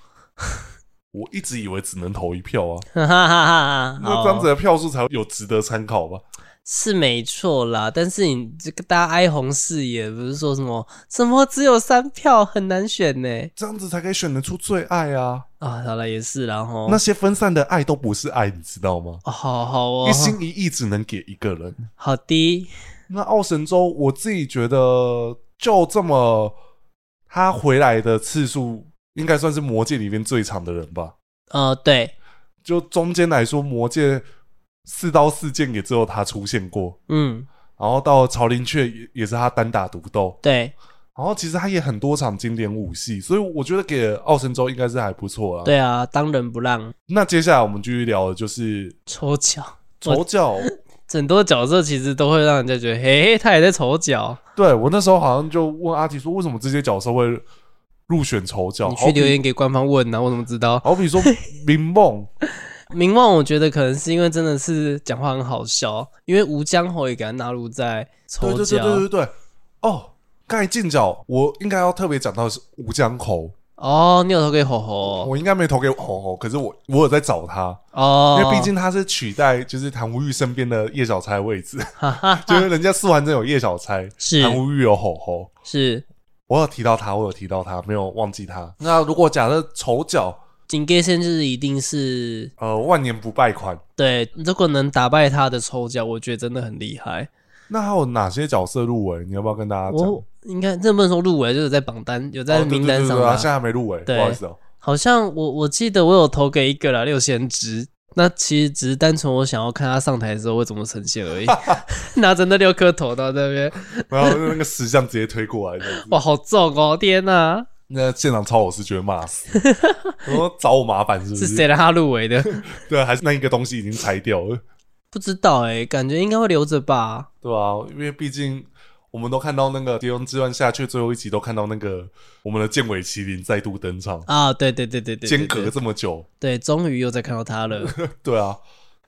A: 我一直以为只能投一票啊，
B: 哈哈哈哈
A: 那
B: 好
A: 这样子的票数才会有值得参考吧？
B: 是没错啦，但是你这个大家哀鸿视野，不是说什么什么只有三票很难选呢？
A: 这样子才可以选得出最爱啊！
B: 啊，好了也是啦吼，
A: 那些分散的爱都不是爱，你知道吗？
B: 哦好好哦
A: 一，心一意只能给一个人。
B: 好的，
A: 那奥神州，我自己觉得就这么，他回来的次数应该算是魔界里面最长的人吧。
B: 呃，对，
A: 就中间来说，魔界四刀四剑也只有他出现过，
B: 嗯，
A: 然后到朝林雀也也是他单打独斗，
B: 对
A: 然后其实他也很多场经典武戏，所以我觉得给奥神州应该是还不错啦。，
B: 对啊，当仁不让，
A: 那接下来我们继续聊的就是
B: 抽脚，
A: 丑 角。
B: 很多角色其实都会让人家觉得，嘿嘿，他也在抽脚。
A: 对我那时候好像就问阿提说，为什么这些角色会入选丑角？
B: 你
A: 好
B: 去
A: 比
B: 留言给官方问呐、我怎么知道？
A: 好比 说明梦，
B: 明望我觉得可能是因为真的是讲话很好笑，因为吴江侯也给他纳入在
A: 对
B: 抽
A: 对对
B: 奖
A: 对对对，哦，盖进角，我应该要特别讲到的是吴江侯，
B: 哦，你有投给侯侯哦
A: 我应该没投给侯侯，可是我我有在找他，
B: 哦，
A: 因为毕竟他是取代就是谭无欲身边的叶小钗的位置，
B: 哈哈哈
A: 就是人家素还真有叶小钗，
B: 是
A: 谭无欲有侯侯，
B: 是
A: 我有提到他，我有提到他，没有忘记他。那如果假设丑角，
B: 警戒线就是一定是
A: 呃，万年不败款，
B: 对，如果能打败他的抽奖，我觉得真的很厉害。
A: 那还有哪些角色入围？你要不要跟大家讲？
B: 我应该这不能说入围，就是在榜单有
A: 啊
B: 在
A: 哦对
B: 名
A: 对
B: 单
A: 对
B: 上
A: 对
B: 吧。
A: 啊，现在还没入围，不
B: 对
A: 好意思哦。
B: 好像我我记得我有投给一个啦，六仙芝。那其实只是单纯我想要看他上台的时候会怎么呈现 而已，拿着那六颗头到那边，
A: 然后那个石像直接推过来，这样子
B: 哇，好重哦！天哪，
A: 那现场超老师觉得骂 死，我说找我麻烦是不
B: 是
A: 是？
B: 谁让他入围的？
A: 对，啊还是那一个东西已经拆掉了，
B: 不知道哎、感觉应该会留着吧。
A: 对啊，因为毕竟我们都看到那个《狄龙之乱》下去最后一集，都看到那个我们的剑尾麒麟再度登场，
B: 啊，对对对对对，对
A: 间隔这么久，
B: 对，终于又再看到他 了。
A: 对啊，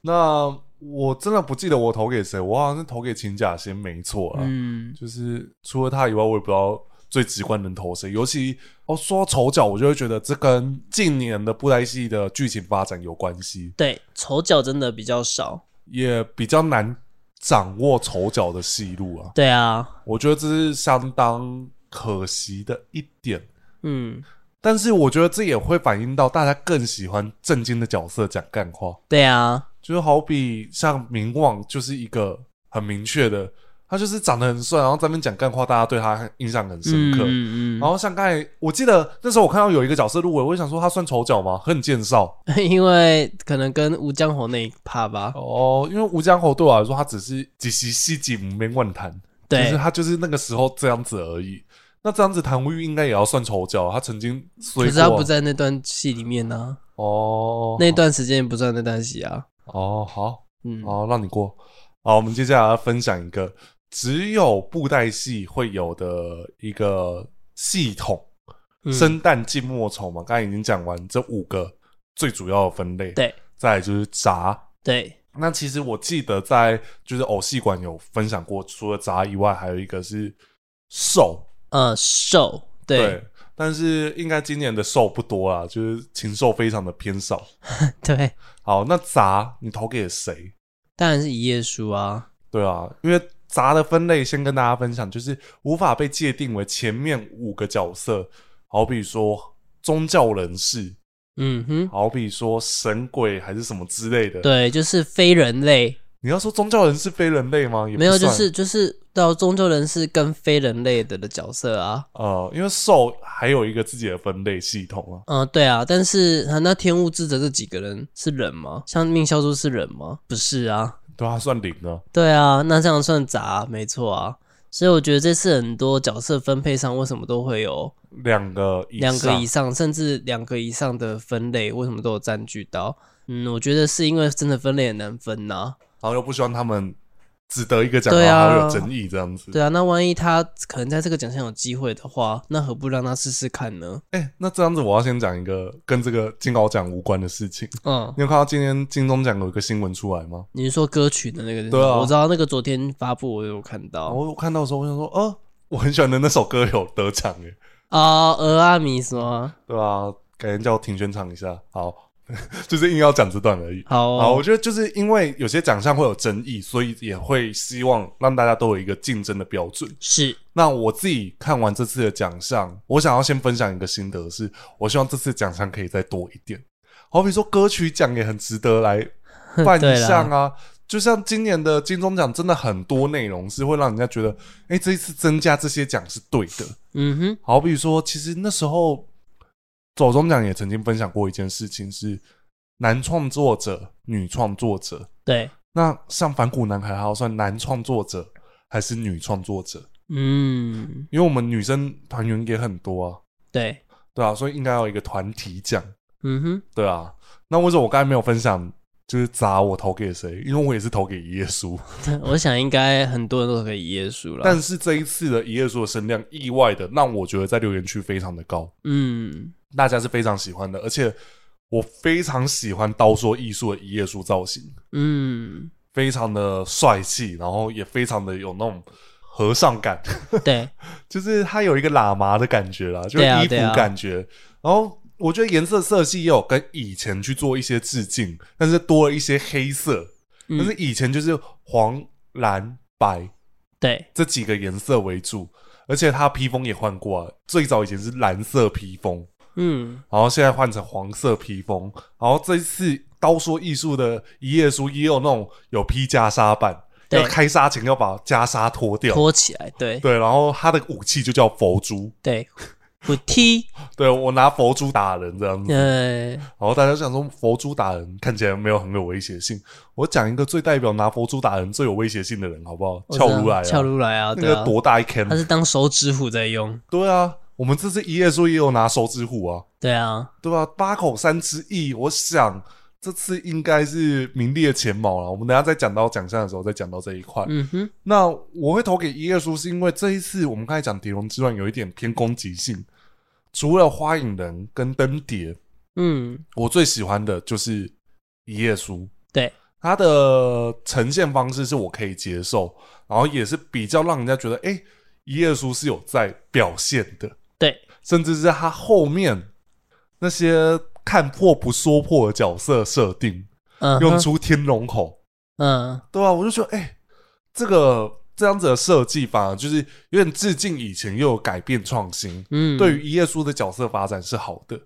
A: 那我真的不记得我投给谁，我好像是投给秦假仙，没错啊，
B: 嗯，
A: 就是除了他以外，我也不知道最直观能投谁。尤其哦，说到丑角，我就会觉得这跟近年的布袋戏的剧情发展有关系，
B: 对，丑角真的比较少。
A: 也比较难掌握丑角的戏路啊。
B: 对啊，
A: 我觉得这是相当可惜的一点。
B: 嗯，
A: 但是我觉得这也会反映到大家更喜欢正经的角色讲干话，
B: 对啊，
A: 就是好比像明望就是一个很明确的，他就是长得很帅，然后在那边讲干话，大家对他印象很深刻。
B: 嗯嗯
A: 然后像刚才，我记得那时候我看到有一个角色入围，我就想说他算丑角吗？很见少
B: 嗯， 因为可能跟吴江侯那一趴吧。
A: 哦，因为吴江侯对我来说，他只是几席戏几无面乱谈，就
B: 对
A: 是，他就是那个时候这样子而已。那这样子，谭无欲应该也要算丑角，他曾经
B: 可
A: 虽
B: 是他不在那段戏里面呢、
A: 哦，
B: 那段时间也不算那段戏啊。
A: 哦好
B: 嗯，
A: 好让你过。好，我们接下来要分享一个只有布袋戏会有的一个系统，
B: 嗯
A: 生蛋静默虫嘛，刚才已经讲完这五个最主要的分类，，
B: 对
A: 再来就是杂。
B: 对，
A: 那其实我记得在就是偶戏馆有分享过，除了杂以外，还有一个是兽，
B: 呃，瘦，对
A: 但是应该今年的兽不多啦，就是禽兽非常的偏少。
B: 对，
A: 好，那杂你投给谁？
B: 当然是一页书啊，
A: 对啊，因为杂的分类先跟大家分享，就是无法被界定为前面五个角色，好比说宗教人士，
B: 嗯哼，
A: 好比说神鬼还是什么之类的。，
B: 对，就是非人类，
A: 你要说宗教人士非人类吗？也不
B: 没有，就
A: 算
B: 是就是到宗教人士跟非人类的的角色啊，
A: 呃，因为兽还有一个自己的分类系统啊。
B: 嗯、对啊，但是啊那天物智的这几个人是人吗？像命消术是人吗？不是啊，
A: 对啊，它算零啊。
B: 对啊，那这样算杂、没错啊。所以我觉得这次很多角色分配上，为什么都会有
A: 两个以
B: 两个
A: 上
B: 以上，甚至两个以上的分类，为什么都有占据到？嗯，我觉得是因为真的分类很难分呐、
A: 然后又不希望他们只得一个奖，
B: 对
A: 然后还会有
B: 啊
A: 争议这样子。
B: 对啊，那万一他可能在这个奖项有机会的话，那何不让他试试看呢？
A: 哎、那这样子我要先讲一个跟这个金稿奖无关的事情。
B: 嗯，
A: 你有看到今天金钟奖有一个新闻出来吗？
B: 你是说歌曲的那个？
A: 对啊哦
B: 我知道那个昨天发布，我有看到
A: 我看到的时候，我想说，呃，我很喜欢的那首歌有得奖耶，
B: 啊，俄阿米什么？啊
A: 对吧、改天叫我停全场一下。好， 就是硬要讲这段而已。
B: 好哦
A: 好，我觉得就是因为有些奖项会有争议，所以也会希望让大家都有一个竞争的标准。
B: 是
A: 那我自己看完这次的奖项，我想要先分享一个心得是，我希望这次奖项可以再多一点。好比说歌曲奖也很值得 来办
B: 对
A: 一
B: 啦
A: 项啊，就像今年的金钟奖，真的很多内容是会让人家觉得，哎、这一次增加这些奖是对的。
B: 嗯哼，
A: 好比说，其实那时候走中奖也曾经分享过一件事情是男创作者、女创作者。
B: 对，
A: 那像反骨男孩，还要算男创作者还是女创作者？
B: 嗯，
A: 因为我们女生团员也很多啊，
B: 对，
A: 对啊，所以应该要有一个团体奖，
B: 嗯哼，
A: 对啊。那为什么我刚才没有分享就是砸我投给谁？因为我也是投给一页书，
B: 对 我想应该很多人都可以耶稣了。
A: 但是这一次的一页书的声量意外的让我觉得在留言区非常的高，
B: 嗯，
A: 大家是非常喜欢的，而且我非常喜欢刀说艺术的一页书造型，
B: 嗯，
A: 非常的帅气，然后也非常的有那种和尚感。
B: 对，
A: 就是它有一个喇嘛的感觉啦，就是
B: 对啊
A: 衣服
B: 对啊
A: 感觉。然后我觉得颜色色系也有跟以前去做一些致敬，但是多了一些黑色。
B: 嗯
A: 但是以前就是黄、蓝、白
B: 对，
A: 这几个颜色为主，而且它披风也换过啊。最早以前是蓝色披风，
B: 嗯，
A: 然后现在换成黄色披风。然后这一次刀说艺术的一页书也有那种有披袈裟版，
B: 对
A: 要开杀前要把袈裟脱掉。
B: 拖起来，对，
A: 对，然后他的武器就叫佛珠。
B: 对，不踢，
A: 对我拿佛珠打人这样子，
B: 呃，
A: 然后大家就想说佛珠打人看起来没有很有威胁性。我讲一个最代表拿佛珠打人最有威胁性的人好不好？
B: 我
A: 翘
B: 知道
A: 如来啊，
B: 翘如来啊，
A: 那
B: 对啊
A: 个，多大一
B: 他
A: can？
B: 是当手指虎在用，
A: 对啊，我们这次一页书也有拿手指虎啊，
B: 对啊，
A: 对吧、八口山之役，我想这次应该是名列前茅了。我们等一下再讲到奖项的时候再讲到这一块。
B: 嗯哼，
A: 那我会投给一页书，是因为这一次我们刚才讲《蝶龙之乱》有一点偏攻击性，除了花影人跟灯蝶。
B: 嗯，
A: 我最喜欢的就是一页书，
B: 对，
A: 它的呈现方式是我可以接受，然后也是比较让人家觉得，哎、一页书是有在表现的，
B: 对，
A: 甚至是它后面那些看破不说破的角色设定，
B: 嗯哼，
A: 用出天龙口，
B: 嗯，
A: 对吧、我就觉得，哎、这个这样子的设计反而就是有点致敬以前，又有改变创新，
B: 嗯，
A: 对于一页书的角色发展是好的。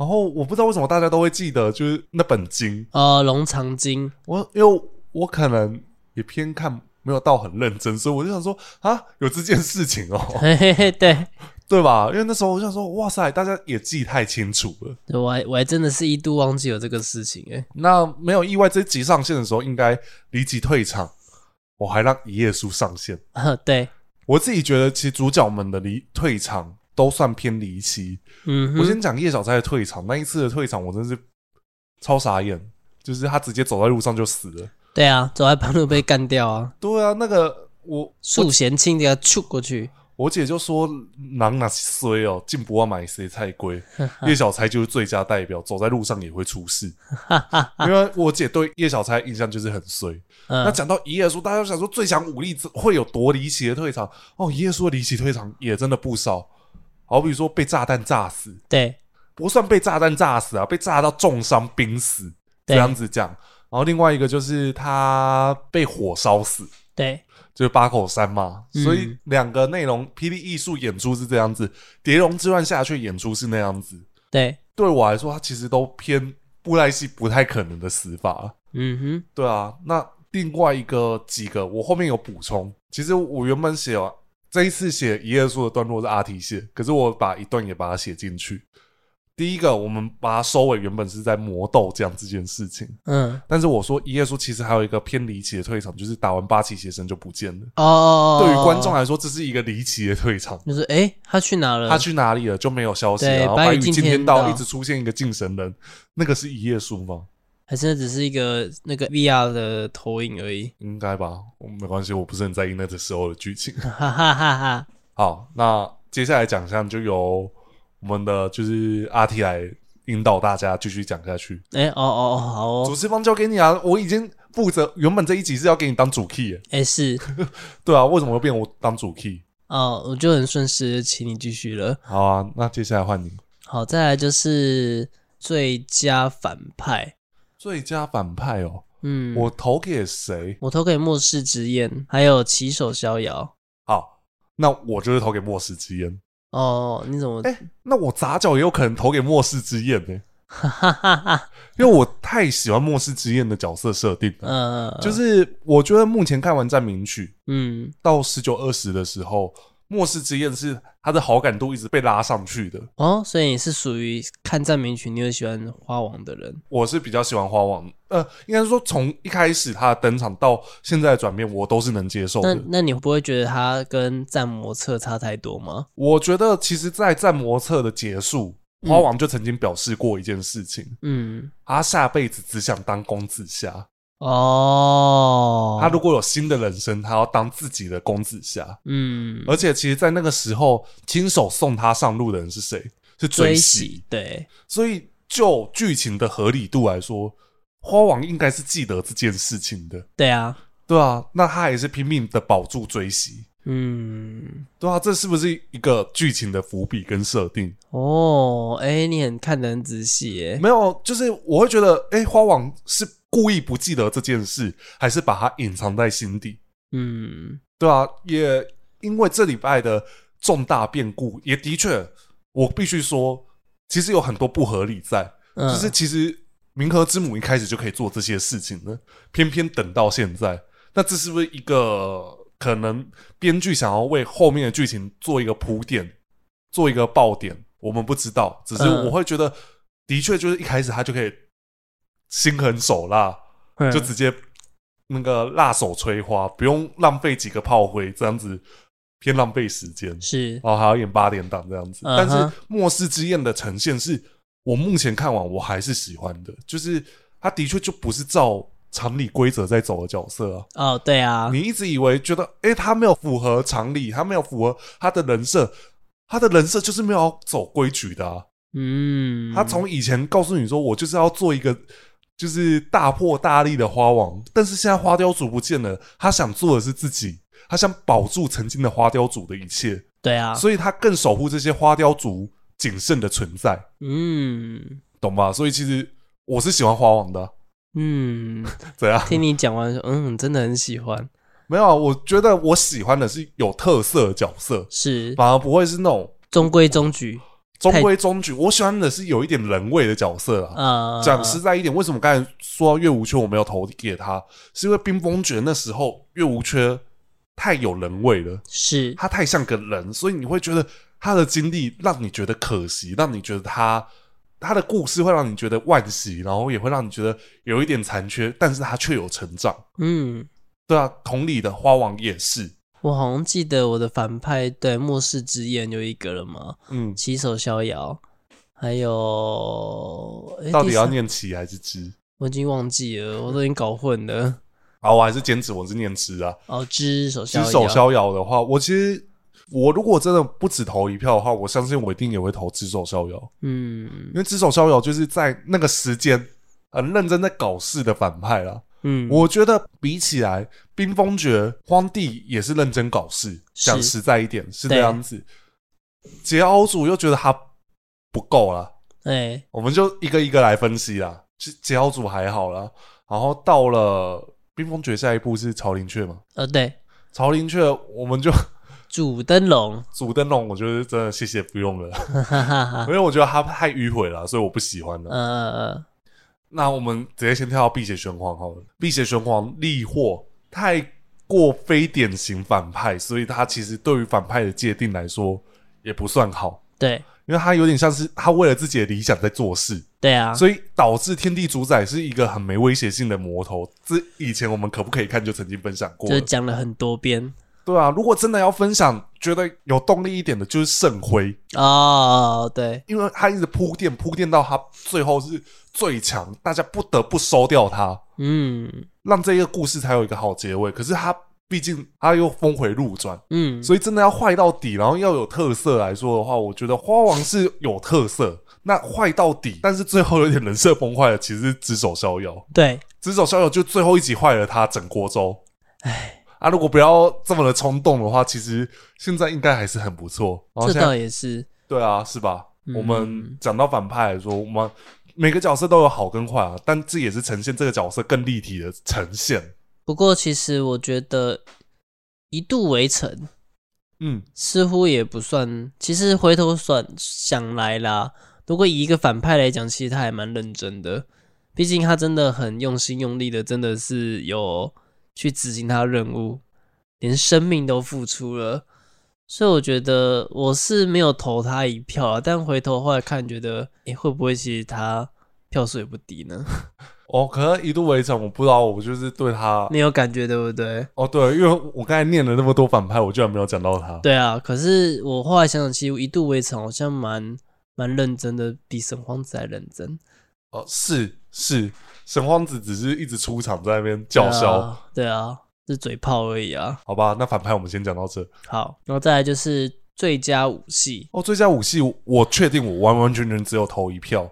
A: 然后我不知道为什么大家都会记得，就是那本经，
B: 呃，龙藏经，
A: 我因为我可能也偏看没有到很认真，所以我就想说啊，有这件事情哦，
B: 嘿嘿嘿，对，
A: 对吧？因为那时候我就想说，哇塞，大家也记太清楚了。
B: 我还我还真的是一度忘记有这个事情、欸，
A: 那没有意外，这集上线的时候应该离级退场，我还让一页书上线。
B: 哎，对，
A: 我自己觉得，其实主角们的离退场都算偏离奇，
B: 嗯
A: 我
B: 哼，
A: 先讲叶小钗的退场，那一次的退场我真是超傻眼，就是他直接走在路上就死了。
B: 对啊，走在半路被干掉啊，
A: 对啊，那个我
B: 素贤庆给他出过去，
A: 我姐就说：“囊哪衰哦，进不要买谁菜龟，叶小钗就是最佳代表，走在路上也会出事。”因为我姐对叶小钗印象就是很衰。那
B: 嗯，
A: 讲到一页书，大家都想说最强武力会有多离奇的退场哦，一页书的离奇退场也真的不少，好比说被炸弹炸死，
B: 对
A: 不算被炸弹炸死啊，被炸到重伤濒死这
B: 对
A: 样子讲。然后另外一个就是他被火烧死，
B: 对，
A: 就是八口山嘛，
B: 嗯
A: 所以两个内容，霹雳艺术演出是这样子，蝶龙之乱下去演出是那样子。
B: 对，
A: 对我来说，它其实都偏布莱希不太可能的死法。
B: 嗯
A: 对啊，那另外一个几个我后面有补充，其实我原本写完这一次写一页书的段落是阿提写，可是我把一段也把它写进去。第一个，我们把它收尾，原本是在磨豆浆这件事情，
B: 哼，嗯，
A: 但是我说一页书其实还有一个偏离奇的退场，就是打完八旗邪神就不见了。
B: 哦，
A: 对于观众来说，这是一个离奇的退场。
B: 就是诶，他去哪了？
A: 他去哪里了就没有消息了，
B: 嗯对
A: 然后
B: 白
A: 白
B: 羽
A: 羽
B: 今
A: 今天
B: 天
A: 到
B: 到
A: 一直出现一个敬神人，那个是一页书吗？
B: 还是那只是一个那个 VR 的投影而已？
A: 应该吧，我没关系，我不是很在意那个时候的剧情。
B: 哈哈哈哈！
A: 好，那接下来奖项就由我们的就是阿 T 来引导大家继续讲下去。
B: 哎、哦哦哦，好
A: 主
B: 哦，
A: 持方交给你啊，我已经负责原本这一集是要给你当主 key，耶、
B: 哎、是
A: 对啊，为什么会变我当主 key？
B: 哦，我就很顺势地请你继续了。
A: 好啊，那接下来
B: 嗯
A: 换你
B: 好，再来就是最佳反派，
A: 最佳反派哦，
B: 嗯，
A: 我投给谁？
B: 我投给末世之焰，还有骑手逍遥。
A: 好，那我就是投给末世之烟。
B: 哦，你怎么？
A: 哎、那我杂角也有可能投给末世之焰呢、
B: 哈哈哈哈，
A: 因为我太喜欢末世之焰的角色设定了。
B: 嗯、
A: 就是我觉得目前看完《战名曲
B: 嗯》
A: 到十九二十的时候，末世之焰是他的好感度一直被拉上去的。
B: 哦，所以你是属于看赞美曲，你会喜欢花王的人。
A: 我是比较喜欢花王，呃，应该是说从一开始他的登场到现在的转变，我都是能接受
B: 那
A: 的。
B: 那你不会觉得他跟战魔策差太多吗？
A: 我觉得其实，在《战魔策》的结束，
B: 嗯
A: 花王就曾经表示过一件事情：
B: 嗯，
A: 他下辈子只想当公子侠。
B: 哦，
A: 他如果有新的人生，他要当自己的公子侠。
B: 嗯
A: 而且，其实，在那个时候，亲手送他上路的人是谁？是
B: 追
A: 追
B: 喜
A: 喜。
B: 对，
A: 所以，就剧情的合理度来说，花王应该是记得这件事情的，
B: 对啊，
A: 对啊。那他也是拼命的保住追喜，
B: 嗯，
A: 对啊。这是不是一个剧情的伏笔跟设定？
B: 哦，哎、你很看得很仔细耶，
A: 没有，就是我会觉得，哎、花王是故意不记得这件事，还是把它隐藏在心底？
B: 嗯，
A: 对啊，也因为这礼拜的重大变故，也的确，我必须说，其实有很多不合理在，
B: 嗯
A: 就是其实冥河之母一开始就可以做这些事情呢，偏偏等到现在，那这是不是一个可能编剧想要为后面的剧情做一个铺垫，做一个爆点？我们不知道，只是
B: 嗯
A: 我会觉得，的确就是一开始他就可以心狠手辣，
B: 嗯
A: 就直接那个辣手摧花，不用浪费几个炮灰，这样子偏浪费时间。
B: 是，
A: 然后还要演八点档这样子，
B: 嗯哼
A: 但是《末世之焰》的呈现是我目前看完我还是喜欢的，就是他的确就不是照常理规则在走的角色啊。
B: 哦，对啊，
A: 你一直以为觉得，诶、他没有符合常理，他没有符合他的人设，他的人设就是没有要走规矩的啊。
B: 嗯，
A: 他从以前告诉你说，我就是要做一个就是大破大立的花王，但是现在花雕主不见了，他想做的是自己，他想保住曾经的花雕主的一切，
B: 对啊，
A: 所以他更守护这些花雕族谨慎的存在，
B: 嗯
A: 懂吧？所以其实我是喜欢花王的啊，
B: 嗯，
A: 怎样？
B: 听你讲完说，嗯，真的很喜欢，
A: 没有啊，我觉得我喜欢的是有特色的角色，
B: 是
A: 反而不会是那种
B: 中规中矩，
A: 中规中矩。我喜欢的是有一点人味的角色啊。
B: 啊，
A: 讲实在一点，为什么刚才说到岳无缺我没有投给他，是因为冰封诀那时候岳无缺太有人味了，
B: 是，
A: 他太像个人，所以你会觉得他的经历让你觉得可惜，让你觉得他他的故事会让你觉得惋惜，然后也会让你觉得有一点残缺，但是他却有成长。
B: 嗯，
A: 对啊，同理的花王也是，
B: 我好像记得我的反派对末世之焰有一个了嘛，
A: 嗯，
B: 骑手逍遥，还有诶
A: 到底要
B: 第三
A: 念奇还是知？
B: 我已经忘记了，我都已经搞混了。
A: 好，我还是坚持我是念知啊。
B: 哦，之手逍
A: 其
B: 遥，
A: 实手逍遥的话，我其实我如果真的不只投一票的话，我相信我一定也会投只手逍遥，
B: 嗯
A: 因为只手逍遥就是在那个时间很认真在搞事的反派啦。
B: 嗯，
A: 我觉得比起来，冰封诀、荒地也是认真搞事，
B: 是
A: 讲实在一点是这
B: 对
A: 样子。桀骜主又觉得他不够啦，
B: 哎、
A: 我们就一个一个来分析啦。桀桀骜主还好啦，然后到了冰封诀下一步是朝林雀嘛，
B: 呃，对，
A: 朝林雀我们就
B: 主灯笼，
A: 主灯笼，我觉得真的谢谢不用了，
B: 哈哈哈哈
A: 因，为我觉得他太迂回了，所以我不喜欢了。
B: 呃，
A: 那我们直接先跳到辟邪玄黄好了。辟邪玄黄力获太过非典型反派，所以他其实对于反派的界定来说也不算好，
B: 对
A: 因为他有点像是他为了自己的理想在做事，
B: 对啊，
A: 所以导致天地主宰是一个很没威胁性的魔头。这以前我们可不可以看就曾经分享过
B: 就
A: 了
B: 是，讲了很多遍
A: 对啊。如果真的要分享，觉得有动力一点的就是圣辉，
B: 哦，对，
A: 因为他一直铺垫铺垫到他最后是最强，大家不得不收掉他。
B: 嗯
A: 让这个故事才有一个好结尾。可是他毕竟他又峰回路转，
B: 嗯，
A: 所以真的要坏到底，然后要有特色来说的话，我觉得花王是有特色。那坏到底，但是最后有点人设崩坏的，其实是只手逍遥。
B: 对，
A: 只手逍遥就最后一集坏了他整锅粥。哎，啊，如果不要这么的冲动的话，其实现在应该还是很不错。然后
B: 这
A: 现在
B: 倒也是，
A: 对啊，是吧？
B: 嗯
A: 我们讲到反派来说，我们每个角色都有好跟坏啊，但这也是呈现这个角色更立体的呈现。
B: 不过其实我觉得一度围城
A: 嗯，
B: 似乎也不算，其实回头算想来啦，如果以一个反派来讲，其实他还蛮认真的，毕竟他真的很用心用力的，真的是有去执行他的任务，连生命都付出了，所以我觉得我是没有投他一票啊，但回头后来看，觉得诶、会不会其实他票数也不低呢？
A: 哦，可能一度围城，我不知道，我就是对他
B: 你有感觉对不对？
A: 哦，对，因为我刚才念了那么多反派，我居然没有讲到他。
B: 对啊，可是我后来想想，其实一度围城好像蛮蛮认真的，比神皇子还认真。
A: 哦，是是，神皇子只是一直出场在那边叫嚣，
B: 对啊，对啊，是嘴炮而已啊。
A: 好吧？那反派我们先讲到这。
B: 好，然后再来就是最佳武戏，
A: 哦，最佳武器，我确定我完完全全只有投一票，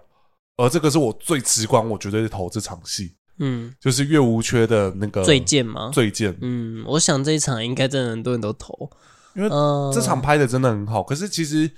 A: 而这个是我最直观，我绝对是投这场戏，
B: 嗯，
A: 就是岳无缺的那个
B: 最贱吗？
A: 最剑，
B: 嗯，我想这一场应该真的很多人都投，
A: 因为
B: 嗯，
A: 这场拍的真的很好。可是其实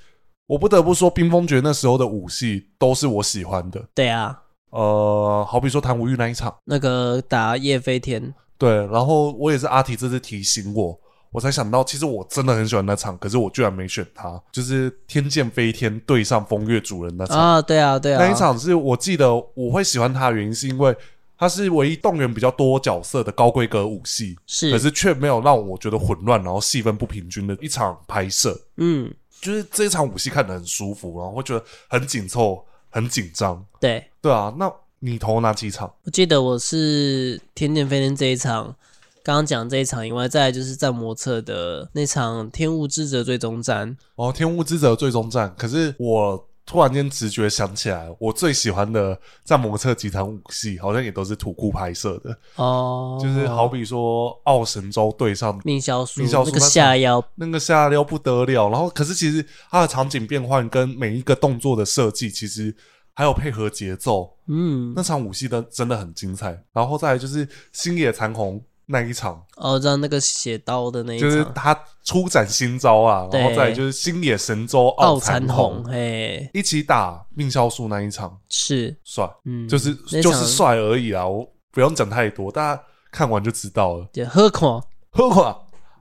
A: 我不得不说，冰封诀那时候的武戏都是我喜欢的。
B: 对啊，
A: 呃，好比说谭无欲那一场。
B: 那个打叶飞天，
A: 对，然后我也是阿提这次提醒我，我才想到，其实我真的很喜欢那场，可是我居然没选他，就是天剑飞天对上风月主人那场。
B: 啊，对啊，对啊，
A: 那一场是我记得我会喜欢他的原因，是因为他是唯一动员比较多角色的高规格武戏，
B: 是，
A: 可是却没有让我觉得混乱，然后戏份不平均的一场拍摄。
B: 嗯，
A: 就是这一场武戏看得很舒服，然后会觉得很紧凑、很紧张。
B: 对，
A: 对啊，那你投哪几场？
B: 我记得我是天剑飞天这一场。刚刚讲这一场以外，再来就是战魔策的那场天雾之者最终战，
A: 哦，《天雾之泽》最终战，可是我突然间直觉想起来，我最喜欢的战魔策集团武戏好像也都是土库拍摄的，
B: 哦，
A: 就是好比说奥神州对上
B: 命消书
A: 命消
B: 那
A: 书
B: 个
A: 那场
B: 下腰
A: 那个下撩不得了，然后可是其实它的场景变换跟每一个动作的设计，其实还有配合节奏，
B: 嗯
A: 那，场武戏的真的很精彩。然后再来就是星野残红那一场，
B: 哦，知道那个写刀的那一
A: 就是
B: 场
A: 他出展新招啊，然后
B: 对
A: 再来就是星野神州
B: 奥
A: 奥
B: 残
A: 残红。
B: 红，嘿，
A: 一起打命消术那一场
B: 是，
A: 帅，
B: 嗯，
A: 就是
B: 那
A: 就
B: 场
A: 是帅而已啦，我不用讲太多，大家看完就知道了。
B: 就喝狂，
A: 何况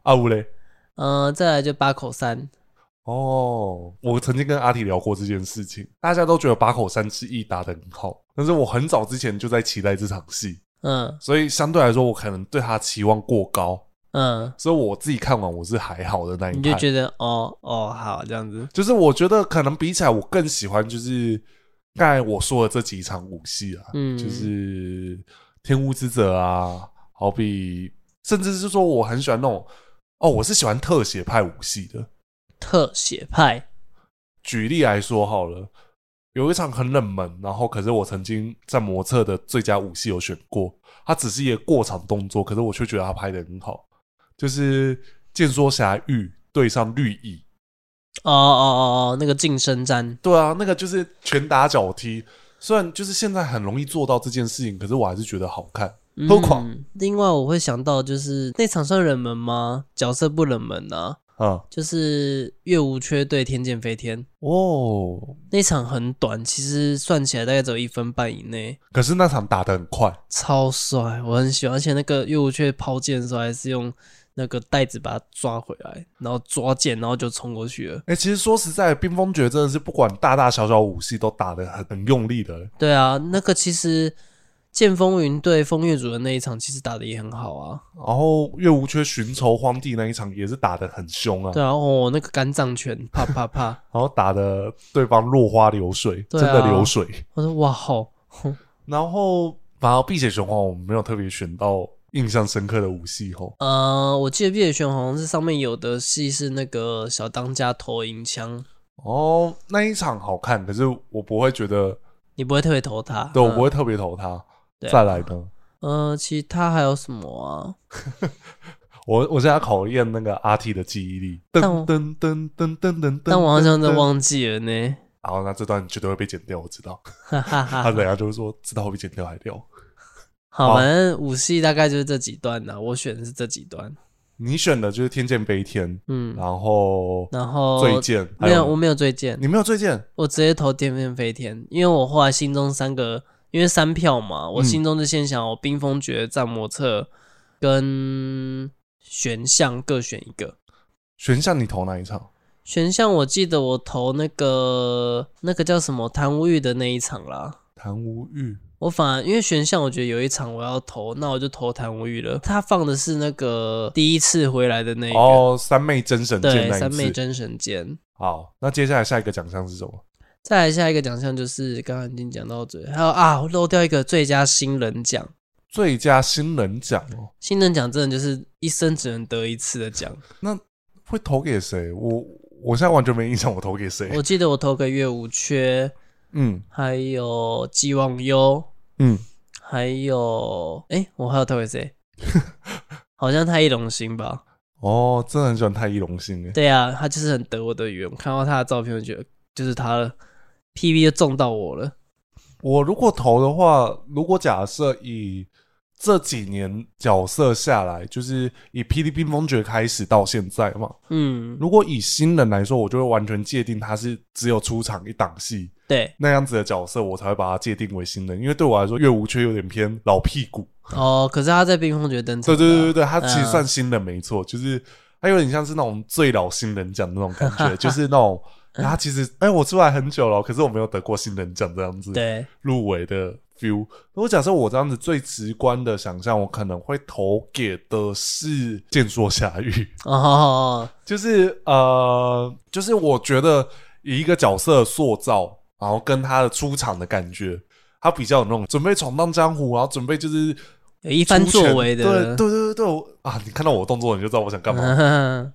A: 阿乌嘞，
B: 嗯，再来就八口三，
A: 哦，我曾经跟阿提聊过这件事情，大家都觉得八口三之一打得很好，但是我很早之前就在期待这场戏，
B: 嗯
A: 所以相对来说我可能对他期望过高，
B: 嗯，
A: 所以我自己看完我是还好的那一
B: 你
A: 派，
B: 就觉得哦哦好这样子，
A: 就是我觉得可能比起来我更喜欢就是刚才我说的这几场武戏啊，
B: 嗯
A: 就是天乌之者啊，好比甚至是说我很喜欢那种哦，我是喜欢特写派武戏的。
B: 特写派，
A: 举例来说好了，有一场很冷门，然后可是我曾经在模测的最佳武戏有选过，它只是一个过场动作，可是我却觉得它拍的很好，就是剑说侠玉对上绿蚁。
B: 哦哦哦哦，那个晋升战，
A: 对啊，那个就是拳打脚踢，虽然就是现在很容易做到这件事情，可是我还是觉得好看。何况
B: 嗯。另外我会想到就是那场算冷门吗？角色不冷门啊，
A: 啊、
B: 就是月无缺对天剑飞天
A: 哦，
B: 那场很短，其实算起来大概只有一分半以内，
A: 可是那场打得很快，
B: 超帅，我很喜欢。而且那个月无缺抛剑的时候还是用那个袋子把它抓回来，然后抓剑，然后就冲过去了。
A: 哎、其实说实在，冰封诀真的是不管大大小小武器都打得很很用力的。
B: 对啊，那个其实剑风云对风月主的那一场其实打的也很好啊。
A: 然后月无缺寻仇荒地那一场也是打得很凶啊，
B: 对啊，哦，那个肝脏拳，啪啪啪！
A: 然后打得对方落花流水，
B: 对
A: 真
B: 啊
A: 的流水。
B: 我说哇好，
A: 然后反而碧血雄黄我们没有特别选到印象深刻的武戏吼，
B: 呃，我记得碧血玄好像是上面有的戏是那个小当家投银枪，
A: 哦，那一场好看，可是我不会觉得，
B: 你不会特别投他。
A: 对我
B: 嗯
A: 不会特别投他。
B: 对啊
A: 再来呢，
B: 呃，其他还有什么啊？
A: 我我现在考验那个阿 T 的记忆力，噔
B: 但我
A: 噔噔噔噔噔噔，
B: 但我好像真
A: 噔
B: 的。忘记了呢。
A: 然后那这段绝对会被剪掉，我知道。
B: 哈哈
A: 他
B: 哈。
A: 等一下就会说，知道会被剪掉还掉。
B: 啊好，反正五系大概就是这几段呢、我选的是这几段。
A: 你选的就是天剑飞天，
B: 嗯，
A: 然后
B: 然后
A: 醉剑，还
B: 没有，我
A: 有
B: 没有最贱，
A: 你没有醉剑，
B: 我直接投天变飞天，因为我后来心中三个，因为三票嘛，我心中就先想我冰封诀、战魔策跟选项各选一个。
A: 选项你投哪一场？
B: 选项我记得我投那个那个叫什么贪污欲的那一场啦。
A: 谭无欲，
B: 我反而因为选项，我觉得有一场我要投，那我就投谭无欲了。他放的是那个第一次回来的那一个，
A: 哦，三妹真神剑
B: 对，
A: 那一
B: 三昧
A: 次。
B: 真神剑。
A: 好，那接下来下一个奖项是什么？
B: 再来下一个奖项就是刚刚已经讲到嘴，还有啊，我漏掉一个最佳新人奖。
A: 最佳新人奖哦，
B: 新人奖真的就是一生只能得一次的奖。
A: 会投给谁？我我现在完全没印象，我投给谁
B: 我？记得我投给月无缺，
A: 嗯
B: 还有寄望优，
A: 嗯，
B: 还有哎、我还有投给谁？好像太一龙星吧？
A: 哦，真的很喜欢太一龙星欸诶。
B: 对啊，他就是很得我的缘。我看到他的照片，我觉得就是他了，PV 就中到我了。
A: 我如果投的话，如果假设以这几年角色下来，就是以《霹雳冰封诀》开始到现在嘛，
B: 嗯，
A: 如果以新人来说，我就会完全界定他是只有出场一档戏
B: 对，
A: 那样子的角色，我才会把他界定为新人。因为对我来说，月无缺有点偏老屁股。
B: 哦，可是他在冰封诀登
A: 对
B: 场的啊，
A: 对对对对，他其实
B: 嗯
A: 算新人没错，就是哎他有点像是那种最老新人奖那种感 觉，就是那种他其实哎、我出来很久了，可是我没有得过新人奖这样子。
B: 对，
A: 入围的 feel。如果假设我这样子最直观的想象，我可能会投给的是《剑说侠 侣》，
B: 哦哦哦，
A: 就是呃，就是我觉得以一个角色的塑造，然后跟他的出场的感觉，他比较有那种准备闯荡江湖，然后准备就是
B: 有一番作为的
A: 出
B: 人
A: 拳对对对对对我啊！你看到我动作，你就知道我想干嘛。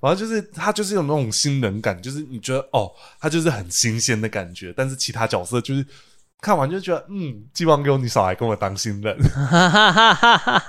A: 反正就是他就是有那种新人感，就是你觉得哦，他就是很新鲜的感觉，但是其他角色就是看完就觉得嗯，寄望给我，你少来跟我当新人。
B: 哈哈哈哈哈！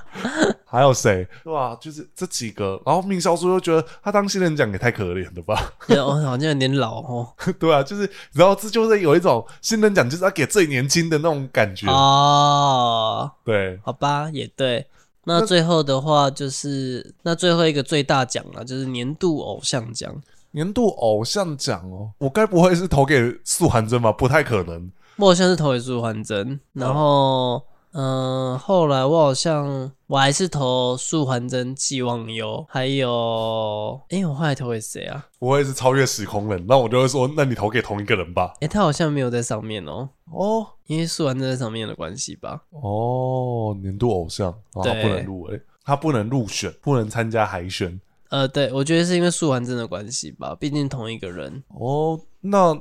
A: 还有谁对吧、就是这几个，然后命萧叔又觉得啊他当新人奖也太可怜了吧？
B: 对，我好像有点老哦。
A: 对啊，就是然后这就是有一种新人奖就是要给最年轻的那种感觉，
B: 啊哦，
A: 对。
B: 好吧，也对。那最后的话就是，那最后一个最大奖了，就是年度偶像奖。
A: 年度偶像奖哦，我该不会是投给素涵真吧？不太可能。
B: 我好像是投给苏环
A: 嗯
B: 真，然后，嗯、后来我好像我还是投素环真、寄望优，还有，诶、我后来投给谁啊？
A: 不会是超越时空人，那我就会说，那你投给同一个人吧。
B: 诶、他好像没有在上面哦、
A: 哦，
B: 因为素环真在上面的关系吧。
A: 哦，年度偶像，然后他
B: 对
A: 不能入围，他不能入选，不能参加海选。
B: 呃，对，我觉得是因为素环真的关系吧，毕竟同一个人。
A: 哦，那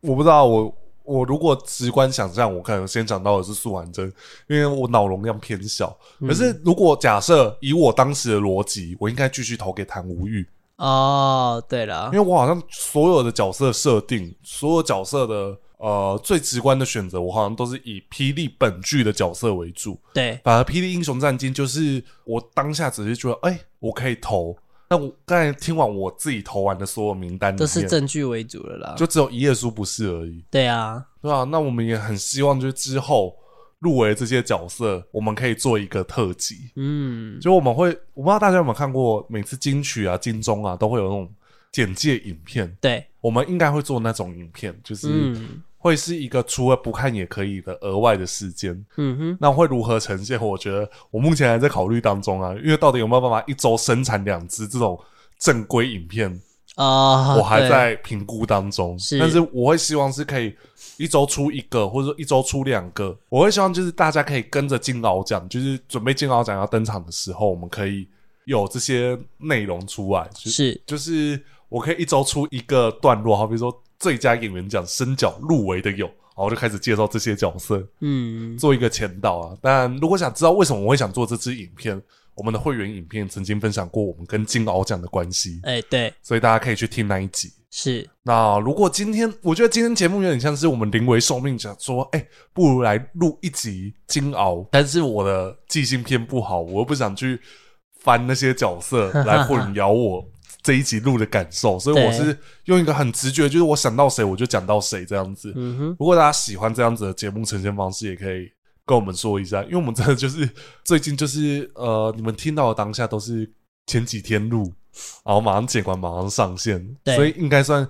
A: 我不知道，我我如果直观想象，我可能先想到的是素婉珍，因为我脑容量偏小。可是如果假设以我当时的逻辑，我应该继续投给谭无欲，
B: 哦，对了
A: 因为，我好像所有的角色设定，所有角色的呃最直观的选择，我好像都是以霹雳本剧的角色为主。
B: 对，
A: 反而《霹雳英雄战警》就是我当下只是觉得，哎、我可以投，但我刚才听完我自己投完的所有名单里面，
B: 都是证据为主了啦。
A: 就只有一页书不是而已，
B: 对啊，
A: 对啊，那我们也很希望，就是之后入围这些角色，我们可以做一个特辑。
B: 嗯，
A: 就我们会，我不知道大家有没有看过，每次金曲啊、金钟啊，都会有那种简介影片。
B: 对，
A: 我们应该会做那种影片，就是
B: 嗯
A: 会是一个除了不看也可以的额外的事件。
B: 嗯哼，
A: 那会如何呈现？我觉得我目前还在考虑当中啊，因为到底有没有办法一周生产两支这种正规影片，
B: 啊，
A: 我还
B: 对
A: 在评估当中。
B: 是
A: 但是我会希望是可以一周出一个，或者说一周出两个。我会希望就是大家可以跟着金鳌奖，就是准备金鳌奖要登场的时候，我们可以有这些内容出来。就是就是我可以一周出一个段落，好比说最佳演员奖深角入围的有，然后我就开始介绍这些角色，
B: 嗯，
A: 做一个前导啊。但如果想知道为什么我会想做这支影片，我们的会员影片曾经分享过我们跟金鳌奖的关系，
B: 哎，对，
A: 所以大家可以去听那一集。
B: 是
A: 那如果今天，我觉得今天节目有点像是我们临危受命，想说，哎、不如来录一集金鳌。但是我的记性偏不好，我又不想去翻那些角色来混淆我这一集录的感受，所以我是用一个很直觉，就是我想到谁我就讲到谁这样子。
B: 嗯哼，
A: 如果大家喜欢这样子的节目呈现方式，也可以跟我们说一下，因为我们真的就是最近就是呃，你们听到的当下都是前几天录，然后马上剪完马上上线，
B: 对
A: 所以应该算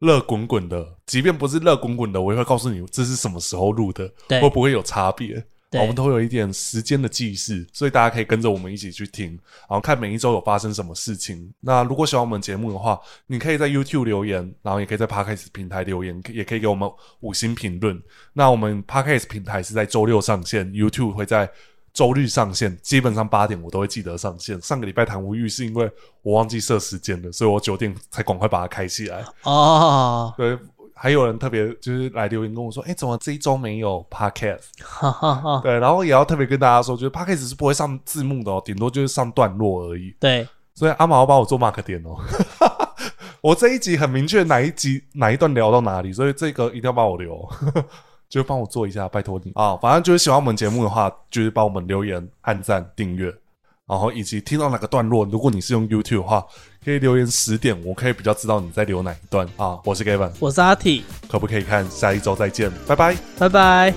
A: 热滚滚的。即便不是热滚滚的，我也会告诉你这是什么时候录的，
B: 对
A: 会不会有差别。
B: 对
A: 哦我们都会有一点时间的记事，所以大家可以跟着我们一起去听，然后看每一周有发生什么事情。那如果喜欢我们节目的话，你可以在 YouTube 留言，然后也可以在 Podcast 平台留言，也可以给我们五星评论。那我们 Podcast 平台是在周六上线，YouTube 会在周日上线，基本上八点我都会记得上线。上个礼拜谈无欲是因为我忘记设时间了，所以我九点才赶快把它开起来。
B: 哦，
A: 对，还有人特别就是来留言跟我说，哎、怎么这一周没有 Podcast？
B: 哈哈 哈，
A: 对，然后也要特别跟大家说，就是 Podcast 是不会上字幕的哦，顶多就是上段落而已。
B: 对，
A: 所以阿毛要帮我做 mark 点哦。 我这一集很明确哪一集哪一段聊到哪里，所以这个一定要帮我留哦， 就帮我做一下，拜托你啊！反正就是喜欢我们节目的话，就是帮我们留言、按赞、订阅，然后以及听到哪个段落，如果你是用 YouTube 的话，可以留言十点，我可以比较知道你在留哪一段啊。我是 Gavin，
B: 我是阿体，
A: 可不可以看下一周再见？拜拜。
B: 拜拜。